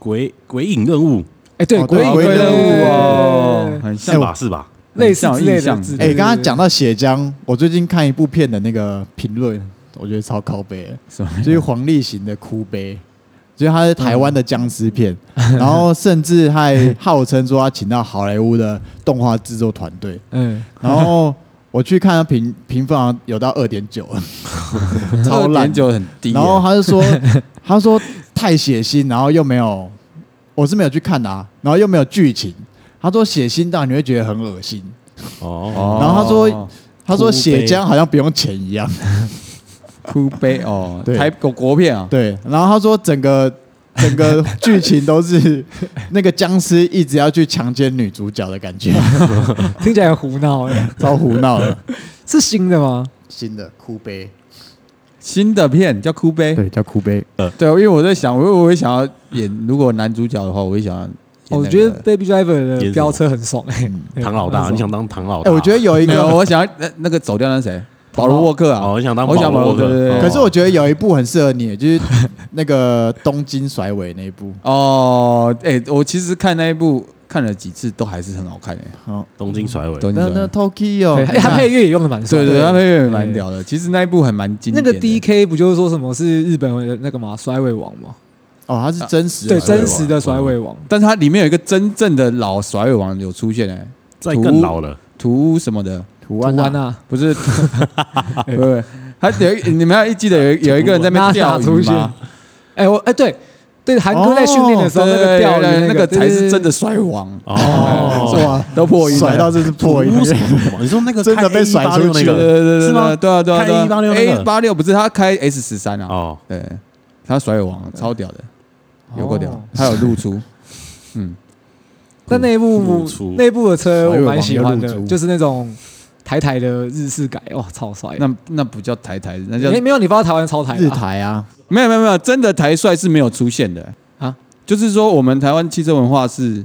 鬼鬼影任务，
哎，对，
哦
鬼啊
对
影
鬼影
任
任
务
务
哦，，很
是
像
吧？是吧？
类似之类
很像
的
印
字。
象
哎、刚刚讲
到
到血浆，我最近看一部片的那个评论，我觉得超靠背的，
是吧？
就是黄立行的《哭悲》，就是他是台湾的僵尸片， 然后甚至还号称说他请到好莱坞的动画制作团 队，
嗯，
然后我去看他评评分好像有到二 点九，超烂
点。九很低耶。
然后他 就说，他说太血腥，然后又没有，我是没有去看的啊，然后又没有剧情。他说血腥到你会觉得很恶心，
哦，
哦，
然后他说他说
哭悲
血浆好像不用钱一样，
哭悲哦，
对
台国国片啊，
对。然后他说整个整个剧情 都是那个僵尸一直要去强奸女主角的 感觉，
听起来很胡闹哎，
超胡闹的。
是新的 吗？
新的哭悲，
新的片叫哭悲。
对，叫哭悲。
对，因为我在想，我我会想要演，如果男主角的话，我会想要演那个。
哦
嗯
我觉得 Baby Driver
演什
的
么
飙车很爽哎，对
唐老
很
大，
爽
你想当唐老
哎，
大？
我觉得有一
没有，
个，
我想要那那个走掉那谁，保罗沃克啊，
哦，我想当
我想
保罗
保罗对对对
的，哦
可是我觉得有一部很适合你，就是那个东京甩尾那一部。
哦，哎、我其实看那一部看了几次，都还是很好看诶、
好，
东京甩尾，
东京
哦那
转
那
运
Tokyo，
嗯对，哎他配乐也用的蛮爽
嗯对
的。
对，他配乐也蛮屌的。其实那一部还蛮经
那
典
个
的。
DK 不就是说什么是日本的那个嘛甩尾王吗？
哦，他是真实
对，
的，
真实的甩尾王。
但是它里面有一个真正的老甩尾王有出现诶、欸，
再更老了，
图什么的，
图
图
案
安
啊，
娜，
不是？不是，他有一你们要记得有一有一个人在那边钓
出
鱼
现
吗？。
哎，我哎对对韩哥在训练的时候那个钓鱼
哦对对对那
个
个才是真的摔王，
哦，
是吧？
都破音了
甩到这是破音，
为什么？你说那个
真的被甩出去
开 A186
对
那个
对对对对
是吗？
对啊对啊对啊
开 A 八六
A 八六不是他开 S 十三啊，
哦，
对，他甩王超屌的，有够屌
哦，
他有露出，嗯，
但那一部
露出
那一部的车我蛮喜欢
甩尾王要
的
露，珠
就是那种台台的日式改，哇，超帅！
那那不叫台台，那叫
没没有，你放到台湾超台
日
的啊，
台啊，
没有没有没有，真的台帅是没有出现的
啊。
就是说，我们台湾汽车文化是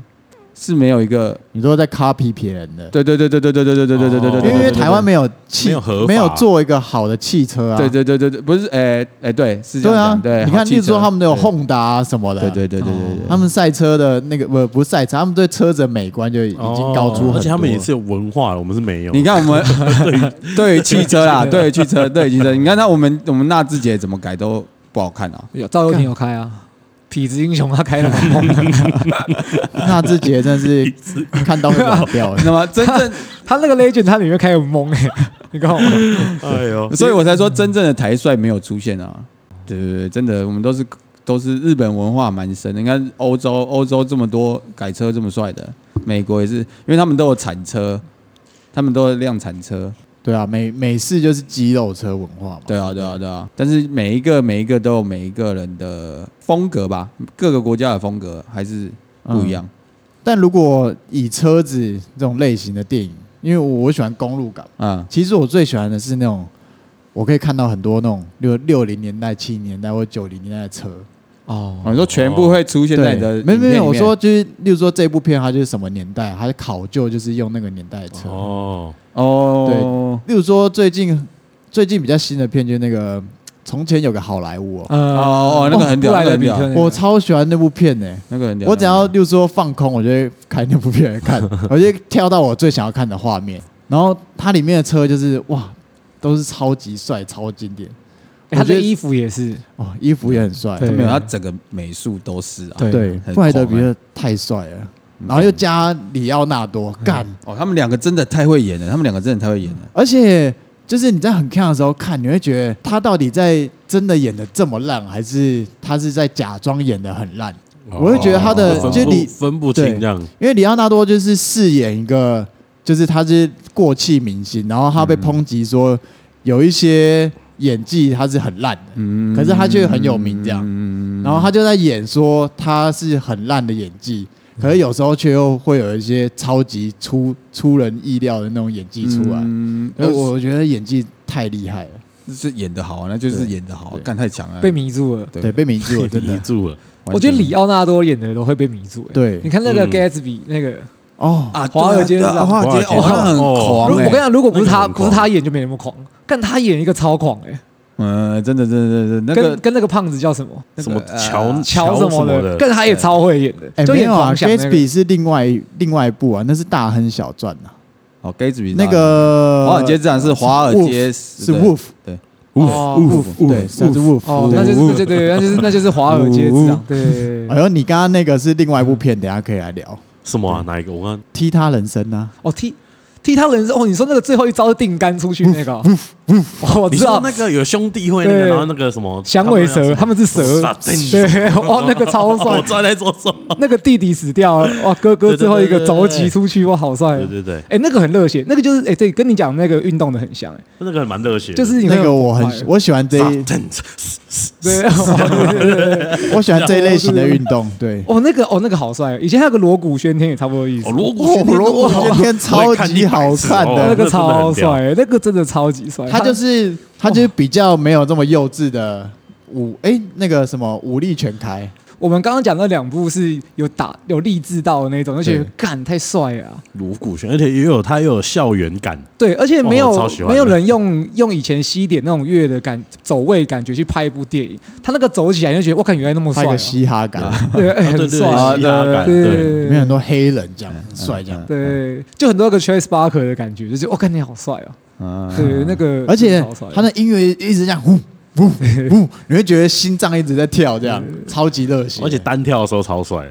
是没有一个，
你都在 copy 别人的，
对对对对对对对对对对对对对
因
对，
为因为台湾没有汽，
没有合法
没有做一个好的汽车啊。
对对对对对，不是，哎哎，对，是这
对
样
啊
讲，，对。
你看，例如说他们都有
轰，
Honda 啊什么的，
对对对对对对，
他们赛车的那个不不是赛车，他们对车子的美观就已经高出很多了，
哦而且他们 也是有文化的，我们是没有。
你看我们对于汽车啦，对于汽车，对于汽车，你看那我们我们纳智捷怎么改都不好看啊，
有赵又廷有开啊，痞子英雄他开的蛮猛的，
纳智捷真是看到会软掉的。
那么真正，
他那个 Legend 他里面开很猛哎， 你看我
哎呦，
哦
所以我
嗯
才说真正的台帅没有出现啊，对对对，真的我们都是都是日本文化蛮深的，你看欧洲欧洲这么多改车这么帅的，美国也是，因为他们都有产车，他们都有量产车，
对啊，美美式就是肌肉车文化嘛。
对啊，
嗯
对啊，对啊。但是每一个每一个都有每一个人的风格吧，各个国家的风格还是不一样。
但如果以车子这种类型的电影，因为我我喜欢公路感，
嗯，
其实我最喜欢的是那种我可以看到很多那种六六零年代、七零年代或九零年代的车。
哦，
我说全部会出现在你的
对没有没
影片
有，
里面
我说就是，例如说这部片它就是什么年代，它考究就是用那个年代的车。
哦，
哦，
例如说最近最近比较新的片就是那个《从前有个好莱坞》哦，
呃
哦哦那个很屌
布莱德比
那个
特
很
那
我
个，
超喜欢那部片欸呢、
那个人聊
我只要，例如说放空，我就会开那部片来看，我就会跳到我最想要看的画面。然后它里面的车就是哇，都是超级帅、超经典
哎他
我觉
的
得
衣服也是，
哦，衣服也很帅，
对
没有，他整个美术都是啊。
对
对，
很
布莱德
狂
比特太帅了，然后又加里奥纳多，干，
哦，他们两个真的太会演了，他们两个真的太会演了。
而且就是你在很看的时候看，你会觉得他到底在真的演的这么烂，还是他是在假装演的很烂？我会觉得他的
分
就
不
你
哦分不清这样，
因为里奥纳多就是饰演一个，就是他是过气明星，然后他被抨击说有一些演技他是很烂的，
嗯，
可是他却很有名这样
嗯
然后他就在演说他是很烂的演技，可是有时候却又会有一些超级出出人意料的那种演技出来。
嗯，
所以我觉得演技太厉害了，
是演的好，啊那就是演的好
对，
干太强啊了。
被迷住了。
对，被迷住了，真
迷
的。
住了。
完全
我觉得里奥纳多演的都会被迷住，哎
对
你看那个
嗯
Gatsby 那个，
哦，
啊，
华尔街
对啊
是吧
华尔街，哦，
华尔街
他很
哦
狂
如
欸。
我跟你讲，如果不是
那个
他，
很
不
狂
是他演就没那么狂，但他演一个超狂哎，
嗯，真的，真的，真的，那
跟
个
跟那个胖子叫什么？
什么
呃
乔
乔
啊什
哦什么
的
的，，但他也超会演
哎、
的，就
没
演
有啊
狂想那个。
，Gatsby 是另外另外一部啊，那是大亨小传啊，
哦 g a t s b
那个呃
华尔街自然是华尔街
是 Wolf，
哦
对，是 Wolf，
哦，那就是对对对，那就是那就是华尔街之狼，对对对
哎
对。
呦，你刚刚那个是另外一部片，等一下可以来聊。
什么啊？哪一个？我看
踢他人生啊，
哦，踢踢他人是哦，你说那个最后一招是定杆出去那个哦，哦我
你
知
说
道
那个有兄弟会那个，
对
然后那个什么
响尾蛇，他们是蛇，对， 哦，那个 超
我
帅，
知道在做什么？
那个弟弟死掉了，哇，哥哥最后一个着急出去，哇，好帅
对
哦。
对对，
哎，那个很热血，那个就是哎，这跟你讲那个运动的很像，哎，
那个蛮热血的，
就是你会有
那个我很
快
喜我喜欢这一
对，哦对对对对
我喜欢这一类型的运动，对。
哦，那个哦，那个好帅哦，以前还有个锣鼓喧天也差不多意思
哦，，锣鼓
哦，罗
鼓
伯 今天超级好看
哦
那
的，
个超
那真的很
帅，那个真的超级帅，
他就是他就是比较没有这么幼稚的武，哎，那个什么武力全开，
我们刚刚讲那两部是有打有励志到的那种，而且干太帅了啊、
锣鼓旋，而且也有他也有校园感，
对，而且没有、
哦我超喜欢的
没有人用用以前西点那种乐的感走位感觉去拍一部电影，他那个走起来就觉得我感原来那么
他
帅、
有
啊
个，嘻哈感，
对，哎
啊
很
对对
帅啊，
嘻哈感，
对嗯
对，
里面很多黑人这样很帅这样，
对，就很多个 Trace Barker 的感觉，就是我感你好帅哦、
嗯，
对，那个
而且
超帅
他的音乐一直这样呼呼呼，你会觉得心脏一直在跳，这样超级热血，
而且单挑的时候超帅，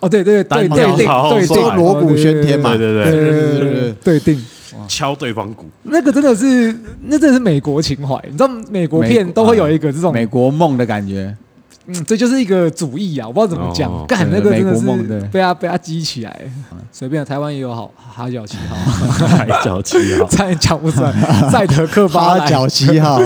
哦，对对对对
单挑
对
好
对
帅
对，
锣鼓喧天嘛
对对
对
对，
对对对对对定。
敲对方 鼓，
那个真的是，那真的是美国情怀。你知道美国
美
片
国
都会有一个这种
美国梦的感觉，
嗯，这就是一个主义啊，我不知道怎么讲，
哦
干
对
那个
美
真
国
的是
梦对
被他被他激起来，随便台湾也有好哈脚七 号，，
海角七号
差点讲不出来，赛德克巴
八
莱
角七号，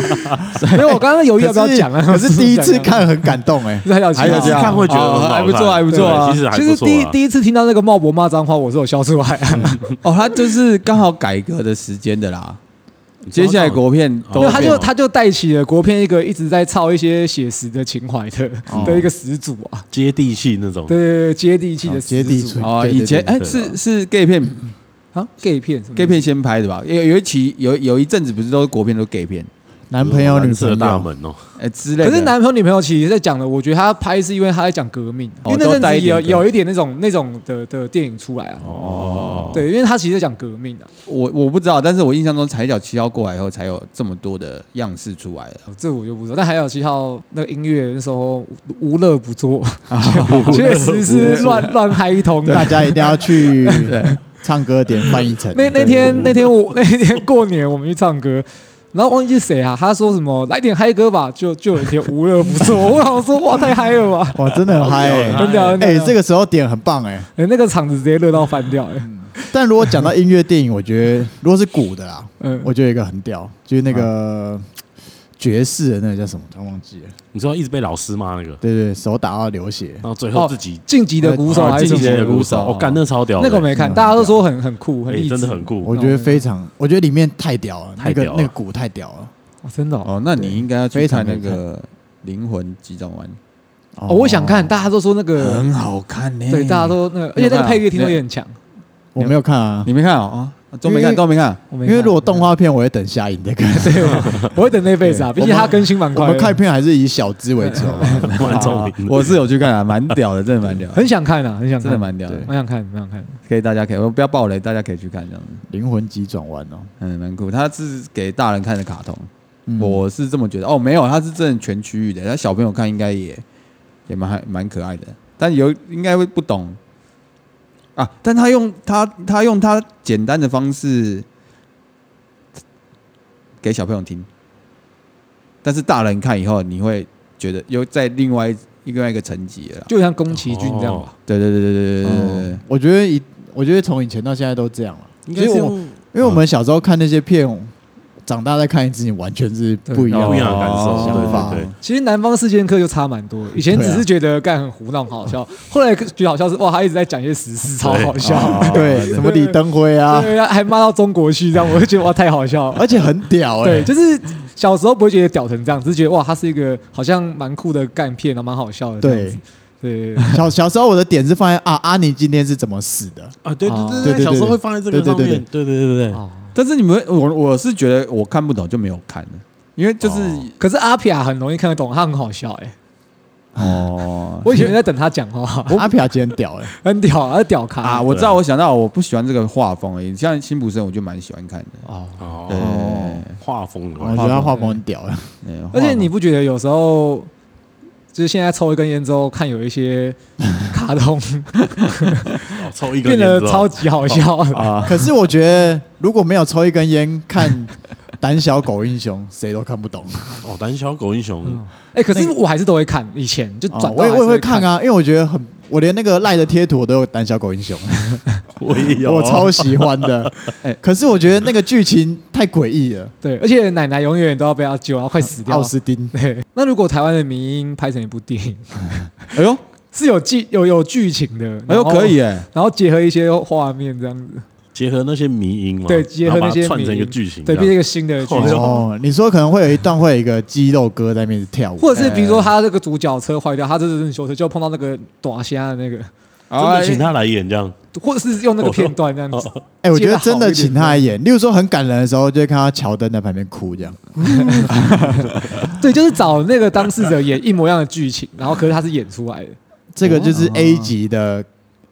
没有，我刚刚犹豫要不要
可是
讲啊，
可是第一次看很感动哎，
是海角七
海角七
号
号。
看会觉得很好
哦
看
还不错还不错啊
对其实还
其
不
实
错
第一
啊。
第一次听到那个茂博骂脏话，我是有笑出来、啊，
哦，他就是刚好改革的时间的啦。接下来国片
因
都
为
嗯
哦
他
变
就
了
他就带起了国片一个一直在操一些写实的情怀的、
哦
的一个始祖啊，
接地气那种
对，对对，接地气的
哦
始祖、
接地气
哦，
对对
以前
对
哎
对
是是 gay 片
啊，gay 片什么
gay 片先拍的吧？有有一期有有一阵子不是都是国片都是 gay 片
男朋友女
蓝色
朋
大
友，
门哦，
哎之类的。
可是男朋友女朋友其实在讲的，我觉得他拍是因为他在讲革命，
哦
因为那阵
都带
子
一点
有
革命
有一点那种那种的的电影出来啊。
哦，
对，因为他其实在讲革命啊，
我我不知道，但是我印象中海角七号过来以后才有这么多的样式出来了。
哦这我就不知道。但还有七号那个音乐那时候无无乐不 作，确实是乱乱嗨一通。
大家一定要去唱歌点范逸臣。
那那天那天我 那天过年我们去唱歌，然后忘记是谁啊，他说什么来点嗨歌吧，就就有一天无乐不作。 我想说哇，太嗨了吧！
哇，真的很嗨哎，
真的啊真的啊
哎，这个时候点很棒哎。
哎那个场子直接热到翻掉。哎
但如果讲到音乐电影，我觉得如果是鼓的啦，
嗯，
我觉得有一个很屌，就是那个爵士的那个叫什么，突然忘记了。
你说一直被老师骂那个，
对对，手打到流血
然。后最后自己
哦
哦
晋级的鼓手还是什
晋
么
级
的
的鼓手，我干那超屌的，
那个我没看，
嗯
大家都说很很酷，很
哎
励志，
真的很酷，
我觉得非常，我觉得里面太屌了，
太
那个
屌
那
了
个鼓太屌了。
哦，真的哦。
哦，那你应该要去
非常
看那
可以
个《灵魂急转弯
哦我想看，，大家都说那》，个
很好看呢。
对，大家都那个，而且那个配乐听说也很强。
我没有看啊，
你没看哦啊，都没
因
看
为
都没看。
我没
因
看
为如果动画片，我会等下影再看。
对， 我我会等那辈子啊，毕竟它更新蛮
我
快的。
们看片还是以小资为主，好啊不 好
蛮聪明的。
我是有去看啊，蛮屌的，真的蛮屌的，
很想看啊，很想看，
真的蛮屌的
对，蛮想看，蛮想看。
可以大家可以不要暴雷，大家可以去看这样子，
灵魂急转弯哦。
嗯，蛮酷。它是给大人看的卡通，
嗯
我是这么觉得。哦，没有，它是真的全区域的，他小朋友看应该也也蛮还蛮可爱的，但有应该会不懂啊。但他用他他用他简单的方式给小朋友听，但是大人看以后，你会觉得又在另外一另外一个层级了啦。哦
就像宫崎骏这
哦
样吧，
对对对对对对对对对
嗯，我觉得以我觉得从以前到现在都这样了，
应
因
该
为
是
我
用
因为我们小时候看那些片，长大再看一次，你完全是不一样
不一样的啊感受，
想法
对对对，
其实南方四剑客就差蛮多，以前只是觉得干很胡闹很好
啊
笑，后来觉得好笑是哇，他一直在讲一些时事，超好笑。
哦 对，什么李登辉啊，
对啊，还骂到中国去这样，我就觉得哇，太好笑了。
而且很屌哎
对，。就是小时候不会觉得屌成这样，只是觉得哇，他是一个好像蛮酷的干片，啊然后蛮好笑的这样
对
子。，对，
小小时候我的点是放在啊，阿尼今天是怎么死的？
啊，对
哦
对
对
对
对
对，小时候
对
会放在这个
对
上
对对
面，对对对对对，
哦，
但是你们，我我是觉得我看不懂就没有看了，因为就是
哦
可是阿皮亚很容易看得懂，他很好笑哎、
哦
我以前在等他讲话，
阿皮亚今天屌哎，
很屌啊，他屌咖
啊，我知道，我想到我不喜欢这个画风而已。像辛普森，我就蛮喜欢看的。
哦。
哦，画风的
我
关系
觉得他画风很屌哎。
嗯
而且你
画
不觉得有时候就是现在抽一根烟之后，看有一些卡通
哦抽一根
变
烟
得
之后
超级好笑，
风啊，
可是我觉得如果没有抽一根烟看《胆小狗英雄》，谁都看不懂。
哦，胆小狗英雄
哎，可是我还是都会看，以前就
啊
转
我也
到
我也
还是
会看啊，因为我觉得很，我连那个赖的贴图我都有《胆小狗英雄》，
我也有，
我超喜欢 的。
哎
可是我觉得那个剧情太诡异了，
对，而且奶奶永远都要被他救，然后快死掉
奥。斯汀。
对，那如果台湾的民音拍成一部 电影，
哎呦，
是有剧有有剧情的，
哎呦，
然后
可以，哎，
然后结合一些画面这样子，
结合那些迷音嘛，
对，结合
然后
那
把它
些
串成一
迷
个
因
剧情这
对，
样，
变成一个新的剧
哎
情
呦。
哦，你说可能会有一段会有一个肌肉哥在面前跳舞，
或者是比如说他这个主角车坏掉，他这是修车就碰到那个短虾的那个，
真的请
哎
他来演这样，
或者是用那个片段这样
哦
子，
哎、我觉得真的请他来演，例如说很感人的时候，就会看到乔丹在旁边哭这样。
对，就是找那个当事者演一模一样的剧情，然后可是他是演出来的，
这个就是 A 级的、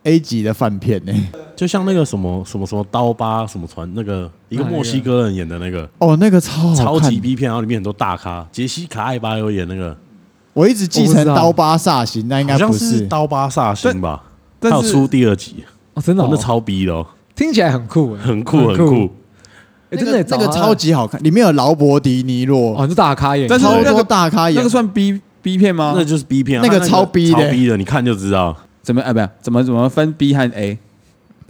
A 级的饭片呢、
就像那个什么什么什么刀疤什么船，那个一个墨西哥人演的那个
哦，那个超好
超
看
级，B 片，然后里面很多大咖，杰西卡艾巴有演那个，
我一直继
我不
承
知道
刀疤煞型，那应该
好像
不
是刀疤煞星吧，他
但
有
是
出第二集，
哦，真的、
哦
哦，
那超逼的哦，
听起来很酷欸，
很酷很酷，
欸
那
真
个
的
那个超级好看，里面有劳勃迪尼
哦，
洛，
你是大咖演，
但是
超
那
多
个
大咖演
那个，算 B B 片吗
那？就是 B 片啊，
那个
它
超逼的
超逼的，你看就知道。
怎么哎，不是怎么怎么分 B 和 A？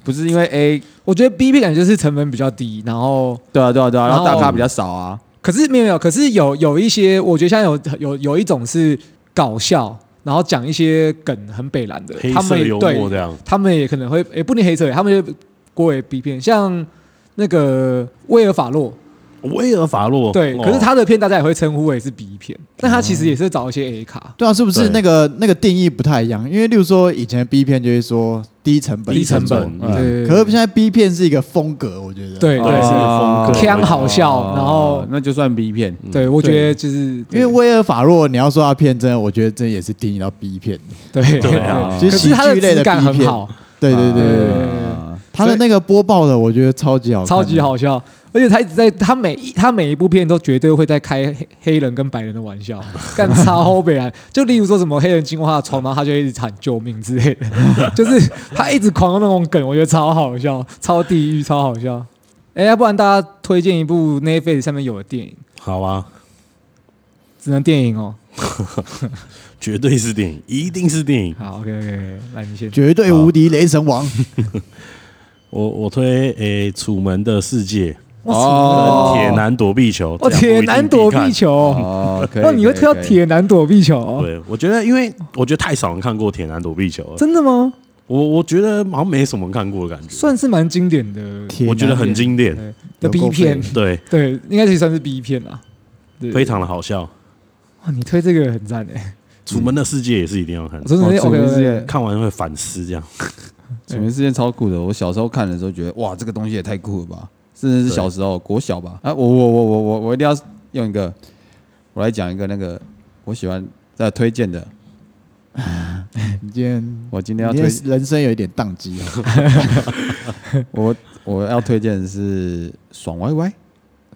不是因为 A
我觉得 B B 感觉就是成本比较低，然后
对啊对啊对啊，然后
然
大
后
咖比较少啊。
可是没有没有，可是有有一些，我觉得现在有有有一种是搞笑，然后讲一些梗很北蓝的，
黑
他
色
们也
幽默
对，
这样，
他们也可能会也不一定黑色，他们就过为 B 片，像那个威尔法洛，
威尔法洛
对，
哦
可是他的片大家也会称呼为是 B 片，但他其实也是找一些 A 卡，
对啊，是不是
对
那个那个定义不太一样？因为例如说以前的 B 片就会说低成本，
低成本
嗯
对
可是现在 B 片是一个风格，我觉得。
对
对是
哦
风格
腔好笑
哦，
然后
那就算 B 片。
嗯
对我觉
对
得就是
因为威尔法洛，你要说他骗真的，我觉得真的也是定义到 B 片。
对
对啊
可
其实喜
是他的
剧类
质
的
感
B
很
片，
好，
对对对对对，
啊
他的那个播报的，我觉得超级好看，
超级。好笑，而且他一直在他每一他每一部片都绝对会在开黑黑人跟白人的玩 笑，干超北然。就例如说什么黑人经过他的床，然后他就一直喊救命之类的， 就是他一直狂用那种梗，我觉得超好笑，超地狱，超好笑。哎、要不然大家推荐一部 Netflix 上面有的电影，
好啊，
只能电影哦。
绝对是电影，一定是电影。
好，OK OK，, o 来你先。
绝对无敌雷神王，
我我推诶，《楚门的世界》
哦
跟《铁男躲必球》，
哦，铁男躲避。球，
哦，可以
哇，你会
可以
推到
可以
铁男躲避球哦？
对，我觉得，因为我觉得太少人看过《铁男躲避球》了，
真的吗？
我我觉得好像没什么人看过的感觉，
算是蛮经典的
铁
我觉得很经典，
对
有
的
够
B 片
废，
对，
对，应该是算是 B 片啦。对
非常的好笑。《
哇，你推这个很赞哎！
楚门的世界》也是一定要看
我，真的是
哦楚门
OK，
世界
OK，
看完会反思这样。
楚门世界超酷的，我小时候看的时候觉得哇，这个东西也太酷了吧，甚至是小时候国小吧。啊，我我我我我我一定要用一个，我来讲一个那个我喜欢在推荐的，
你今天
我今
你
天要
今
推
天人生有一点宕机 啊，
我我要推荐的是爽歪歪，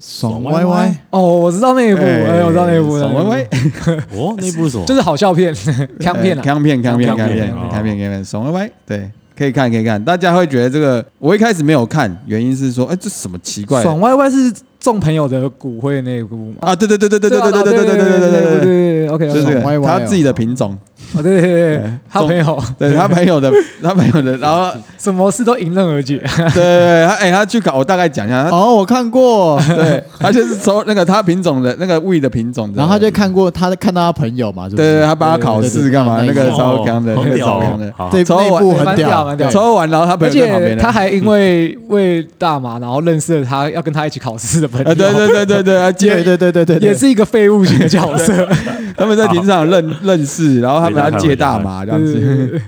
爽
歪
歪
歪
歪，
哦，我知道那一部，
哎
哎，我知道那一部，
爽
那
歪
一部
歪，
哦，那部是什么
就？是好笑片、枪片
呃
啊。
康片康片
康
康
片
片
哦
康片康片，爽歪歪，对，可以看可以看，大家会觉得这个我一开始没有看，原因是说，哎，这什么奇怪的
爽歪歪是众朋友的骨灰那一部吗？
啊？对对对对对对对对对对对对
对
对对。
对，OK，
就是这
爽歪
个
歪
他
哦
自己的品种，
哦对对对，他朋友
对他朋友的，他朋友的，然后
什么事都迎刃而解。
对对对，他哎、他去搞，我大概讲一下，他、
哦，我 看过，
对他就是从那个他品种的那个 w 的品种的，
哦然后他就看过他看到他朋友嘛，
对
是不
对
是
对，他帮他考试干嘛，
对
那
对对
个超刚的，
哦
那个
好
超
屌哦
刚的，
好
这
抽
那
完
部很
蛮屌蛮屌
对
抽完然后他朋
而
友在旁边
且
了
他还因为为大麻，然后认识了他要跟他一起考试的朋
啊，
友，
对对对对对，他
对
接
对对对对，对
也是一个废物型的角色。
他们在庭上认认识，然后他们要借大麻这样子，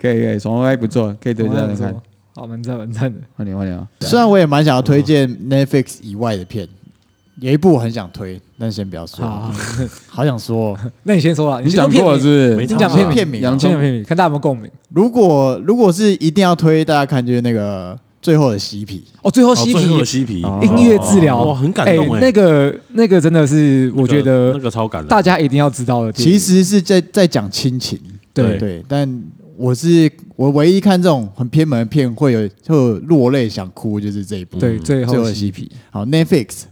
可以可以，从还不错，可以对这样看，
好，蛮赞蛮赞的。
换你换你啊，
虽然我也蛮想要推荐 Netflix 以外的片，有一部我很想推，但先不要说，
好，好
好想说哦。
那你先说了，
你
你
讲过了
了
是不是？
没
你讲
差
片
吧
名，
片名啊
洋
你先
葱
讲片名，看大家有没有共鸣。
如果如果是一定要推，大家看就是那个最后的嬉皮，
哦，最后
哦
嬉
最后
皮
的嬉皮
哦
音乐治疗，
哇，很感动哎。
那个那个真的是，我觉
那个那
得
个超感人，
大家一定要知道的电
其
影。
实是在在讲亲情，
对
对，但我是我唯一看这种很偏门的片会有会有落泪想哭，就是这一部。
对，最
最后
后
的
嬉
嬉
皮
皮，好，Netflix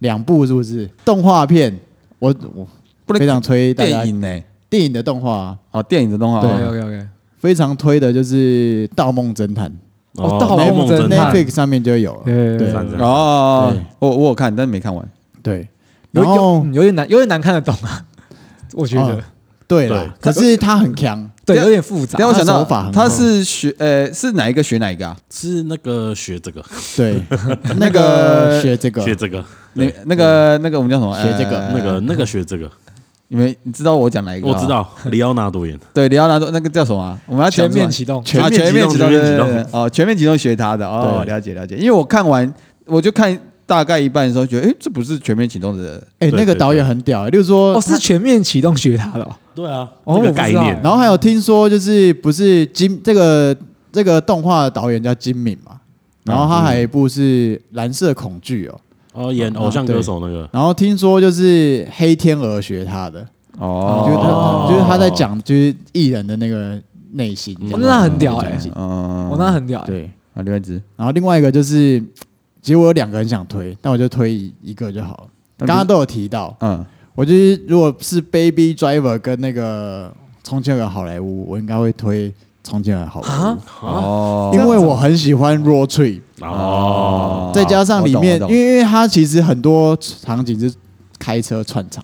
两部是不是动画片？我我
不能
非常推大家
电影呢？
电影的动画啊，
哦，电影的动画，
，OK OK OK，
非常推的就是《盗梦侦探》
哦盗
梦
梦
侦
侦探
Netflix 上面就有了。
对对
赞赞
哦，我我有看，但是没看完。
对，
有
然
有
后
嗯有点难，有点难看得懂啊，我觉得
哦，对了，可是他很强，
对，有点复杂
让。我想
他
到
手法很，好
他是学呃是哪一个学哪一个啊？
是那个学这个
对，
那
那
个
个学这个
学这个
你那个那个我们叫什么？
学这个
呃
那个那个学这个，
你们你知道我讲哪一个？
我知。道里奥纳多演的，
对，里奥纳多那个叫什么啊？我们要讲
全
出来
面启动，
啊
全
全
面
面
启
启
动
动，对
全面
对
启
对哦，全面启动学他的哦，
对
了解了解。因为我看完，我就看大概一半的时候，觉得哎，这不是全面启动的。
哎，
对
那个
对
导演很屌，例如说
哦，是全面启动学他的哦，
对啊，
哦我
那个
不知道
概念
欸
然后还有听说就是不是金这个这个动画的导演叫金敏
啊
嘛，然后他还有一部是《蓝色恐惧》哦，
哦，演偶像歌手那个，
然后听说就是黑天鹅学他的，
哦，
就是
哦
他就是他在讲就是艺人的那个内心，
嗯
哦那很屌
哎
哎，
嗯
哦，那很屌哎。
对。
啊，另外一只
然后另外一个就是，其实我有两个很想推，但我就推一个就好了。
那
刚
不是
刚都有提到，
嗯，
我就是如果是 Baby Driver 跟那个《从前有个好莱坞》，我应该会推《从前有个好莱坞》，
啊
哦，
因为我很喜欢 Raw Tree，
哦，
再加上里面
我，懂我懂
因为因为它其实很多场景是开车串场，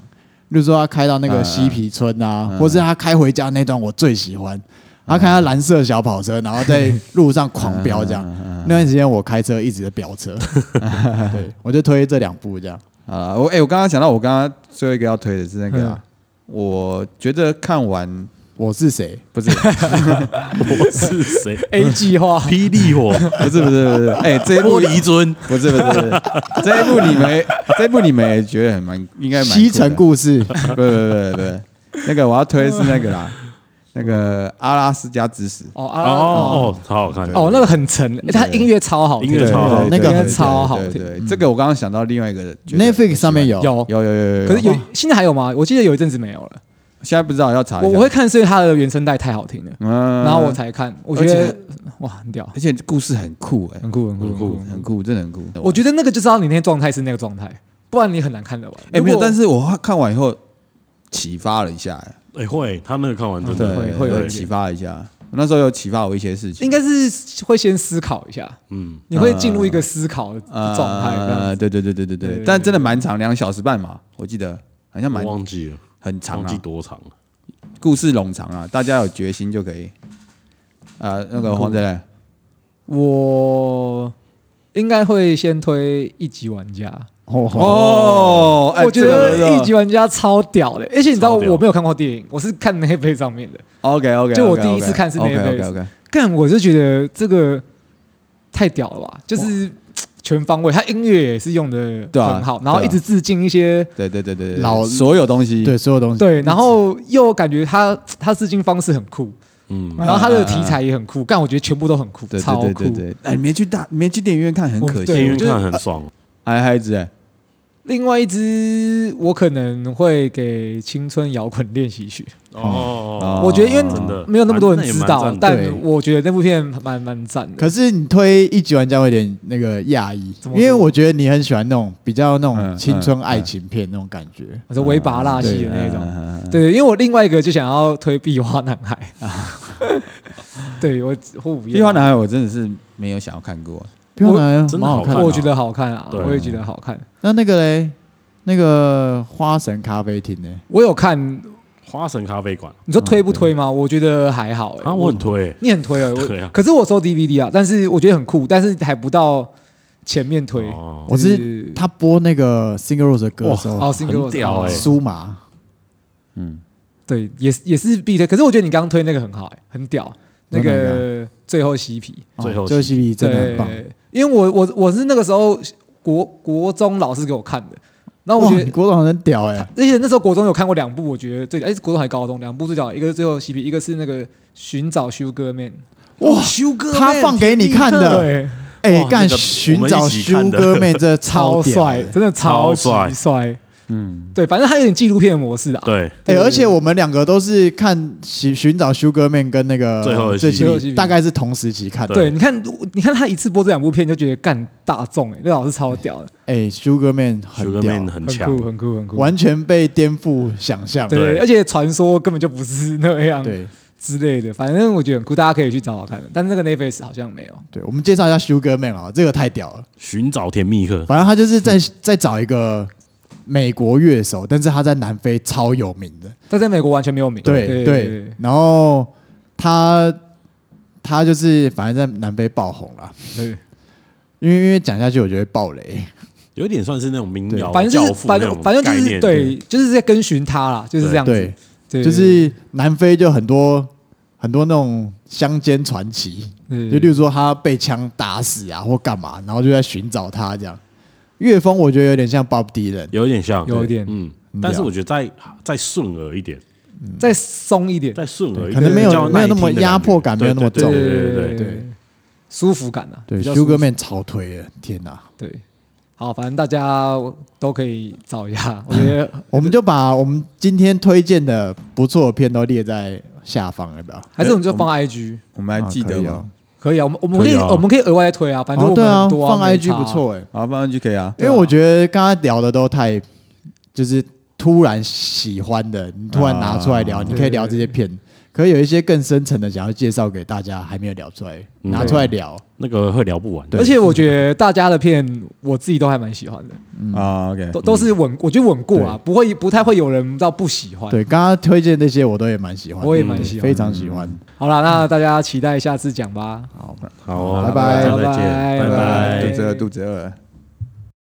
例如说他开到那个西皮村啊，
嗯
或是他开回家那段我最喜欢。他开他蓝色小跑车，然后在路上狂飙，这样
嗯嗯嗯嗯
那段时间我开车一直在飙 车，对我就推这两部这样。
啊，我哎、我刚刚讲到，我刚刚最后一个要推的是那个啊、
嗯
我觉得看完
我是谁？
不是
我是谁
A 计 划
霹雳火，
不是不是 不是，哎、这一
玻
部
璃樽，
不是不是不是，这一部你们这一部你们也觉得很蛮应该蛮酷的
西城故 事，
不不不不不，那个我要推的是那 个啦，那个阿拉斯加之死，
哦
哦
啊哦
哦，超好看，
哦，那个很沉，欸它音乐超好听，
音乐超好
那个
音乐
很
超好嗯
对对
听。
对，这个我刚刚想到另外一个觉得
Netflix 上面有
有，
有有有有，
可是有
哇
现在还有吗？我记得有一阵子没有了。
现在不知道要查一下
我我会看是因为它的原声带太好听了，
嗯
然后我才看，我觉
而
得
且
哇很屌，
而且故事很酷哎、
很酷很酷
很
很
酷
酷。
很酷，真的很酷。
我觉得那个就知道你那天状态是那个状态，不然你很难看得完。
哎、没
如
有，
果
但是我看完以后启发了一下、哎
哎会，他那个看完真
对
的
会
对
会有
对
一点
启发了一下。那时候有启发我一些事情，
应该是会先思考一下，
嗯，
你会进入一个思考的
呃
状态。这样子
对对对对对
对
对
对，
但真的蛮长，两小时半嘛，我记得好像
我
蛮
忘记了，
很长
忘记
啊，
多长了，
故事冗长啊，大家有决心就可以。呃，那个黄仔，
我应该会先推一级玩家，
哦，
哦，哎
我觉
这
得
个
一级玩家超屌的，而且你知道
超屌
我没有看过电影，我是看 Netflix 上面的。
OK OK，
就我第一次看是
OK
Netflix
OK，
干，我就觉得这个太屌了吧，就是全方位，他音乐也是用的
对啊
很好，
对啊
然后一直致敬一些
对对对对对，
老
所有东西
对，所有东西，
对，然后又感觉他他致敬方式很酷，
嗯，
然后他的题材也很酷，干，我觉得全部都很酷，
对
超
对对
酷
对。对，哎，没去大没去电影院看很
我
可
对
电
惜
影。院
我觉得
看很爽，
哎，孩子，哎，
另外一支我可能会给《青春摇滚练习曲
哦
我觉得因为
真的
没有那么多人知道
蛮，那也蛮赞
但
的
对
我觉得那部片蛮蛮赞的。
可是你推一级玩家会有点那个讶异，
怎么
因
说
为我觉得你很喜欢那种比较那种
嗯
青春
嗯
爱情片那种感觉。
我说维拔辣系的那
嗯嗯
种。
嗯嗯嗯
对，因为我另外一个就想要推壁花男孩。对我，我不要
壁花男孩我真的是没有想要看过，
不用来，
真的
蛮好
好
看
看
的。
我觉得好看啊，
对
我也觉得好看。
那那个嘞，那个花神咖啡厅呢？
我有看，
花神咖啡馆
你说推不推吗？我觉得还好、欸。
啊，我很推，
你很推啊，我
对啊
可是我收 DVD 啊，但是我觉得很酷，但是还不到前面推。
哦
我
就是
他播那个 Single Rose 的歌的时
哦
候，
，Single
很屌哎
苏麻
嗯，
对，也是也是必推。可是我觉得你刚刚推那个很好、欸，很屌，那
真的
个最后嬉皮，
哦
最后
最后嬉皮真的很棒。
对，因为我我我是那个时候国国中老师给我看的，然后我
哇，
觉得。
你郭董很屌哎，
而且那时候国中有看过两部，我觉得最哎，国中还高中两部最屌，一个是最后嬉皮，一个是那个寻找 Sugar Man。
哇，
修哥
他放给你看的，
对，
哎
哇，
干
那个
寻
我们
找
一起看
修
的
哥妹真 的
超
超屌
帅，
哎
真的超级
超帅
帅。
嗯，
对，反正他有点纪录片的模式啊。
对，
哎、
对
而且我们两个都是看寻寻找 Sugar Man 跟那个
最后的
最
戏
新
最后的戏
大概是同时期看的。
对，你看，你看他一次播这两部片，就觉得干大众哎，那老师超屌的，
哎、s u g a r Man 很
Sugar
屌
Man 很
很
强
酷，，很酷，很酷。
完全被颠覆想象。
对，
对
而且传说根本就不是那样
对
之类的，反正我觉得很酷，大家可以去找找看。但是那个 Netflix 好像没有。
对我们介绍一下 Sugar Man 啊，这个太屌了。
寻找甜蜜客，
反正他就是在
嗯
在找一个美国乐手，但是他在南非超有名的。
但在美国完全没有名。
对对然后他他就是反正在南非爆红了，
对，
因为因为讲下去我觉得爆雷。
有点算是那种民谣
反正
教
就是
父
反
那
正
种
反正就
概
是
念，
对，就是在跟寻他啦，就是这样
对
子。。对，
就是南非就很多很多那种乡间传奇，就例
对
如说他被枪打死啊，或干嘛，然后就在寻找他这样。乐风我觉得有点像 Bob Dylan，
有一点像，
有一点
嗯
很，
但是
屌
我觉得再再顺耳一点，
再松一点，
再顺耳一点，
可能没有
比较耐听的
没有那么
感觉
压迫感
对
没有那么
对
重
对对对对对，
对
舒服感啊，
对
比较舒服
，Sugar Man 超推的，天哪！
对，好，反正大家都可以找一 下，我觉得
我们就把我们今天推荐的不错的片都列在下方，要不要？
还是我们就
哎
放 IG
我们还记得
啊
吗？
可以啊，我们我们可以
可以啊
我们可以额外再推啊，反正
哦，
我
对
们
啊，
很多
放
没
IG
差啊
不，错哎，
好，放上去可以啊。
因为我觉得刚刚聊的都太就是突然喜欢的，你突然拿出来聊，
啊
你可以聊这些片。可有一些更深层的，想要介绍给大家，还没有聊出来，
嗯
拿出来聊。
那个会聊不完。
而且我觉得大家的片，我自己都还蛮喜欢的，
哎
啊，OK，
都都
嗯
是稳，我觉得稳过啊，不会不太会有人到不喜欢。
对，刚刚推荐那些我都也蛮喜欢的，
我也蛮喜欢的
非常喜欢。
好啦，那大家期待下次讲吧。
好，
好哦，
拜拜
大家再见，
拜拜
拜拜
肚子饿，肚子饿了。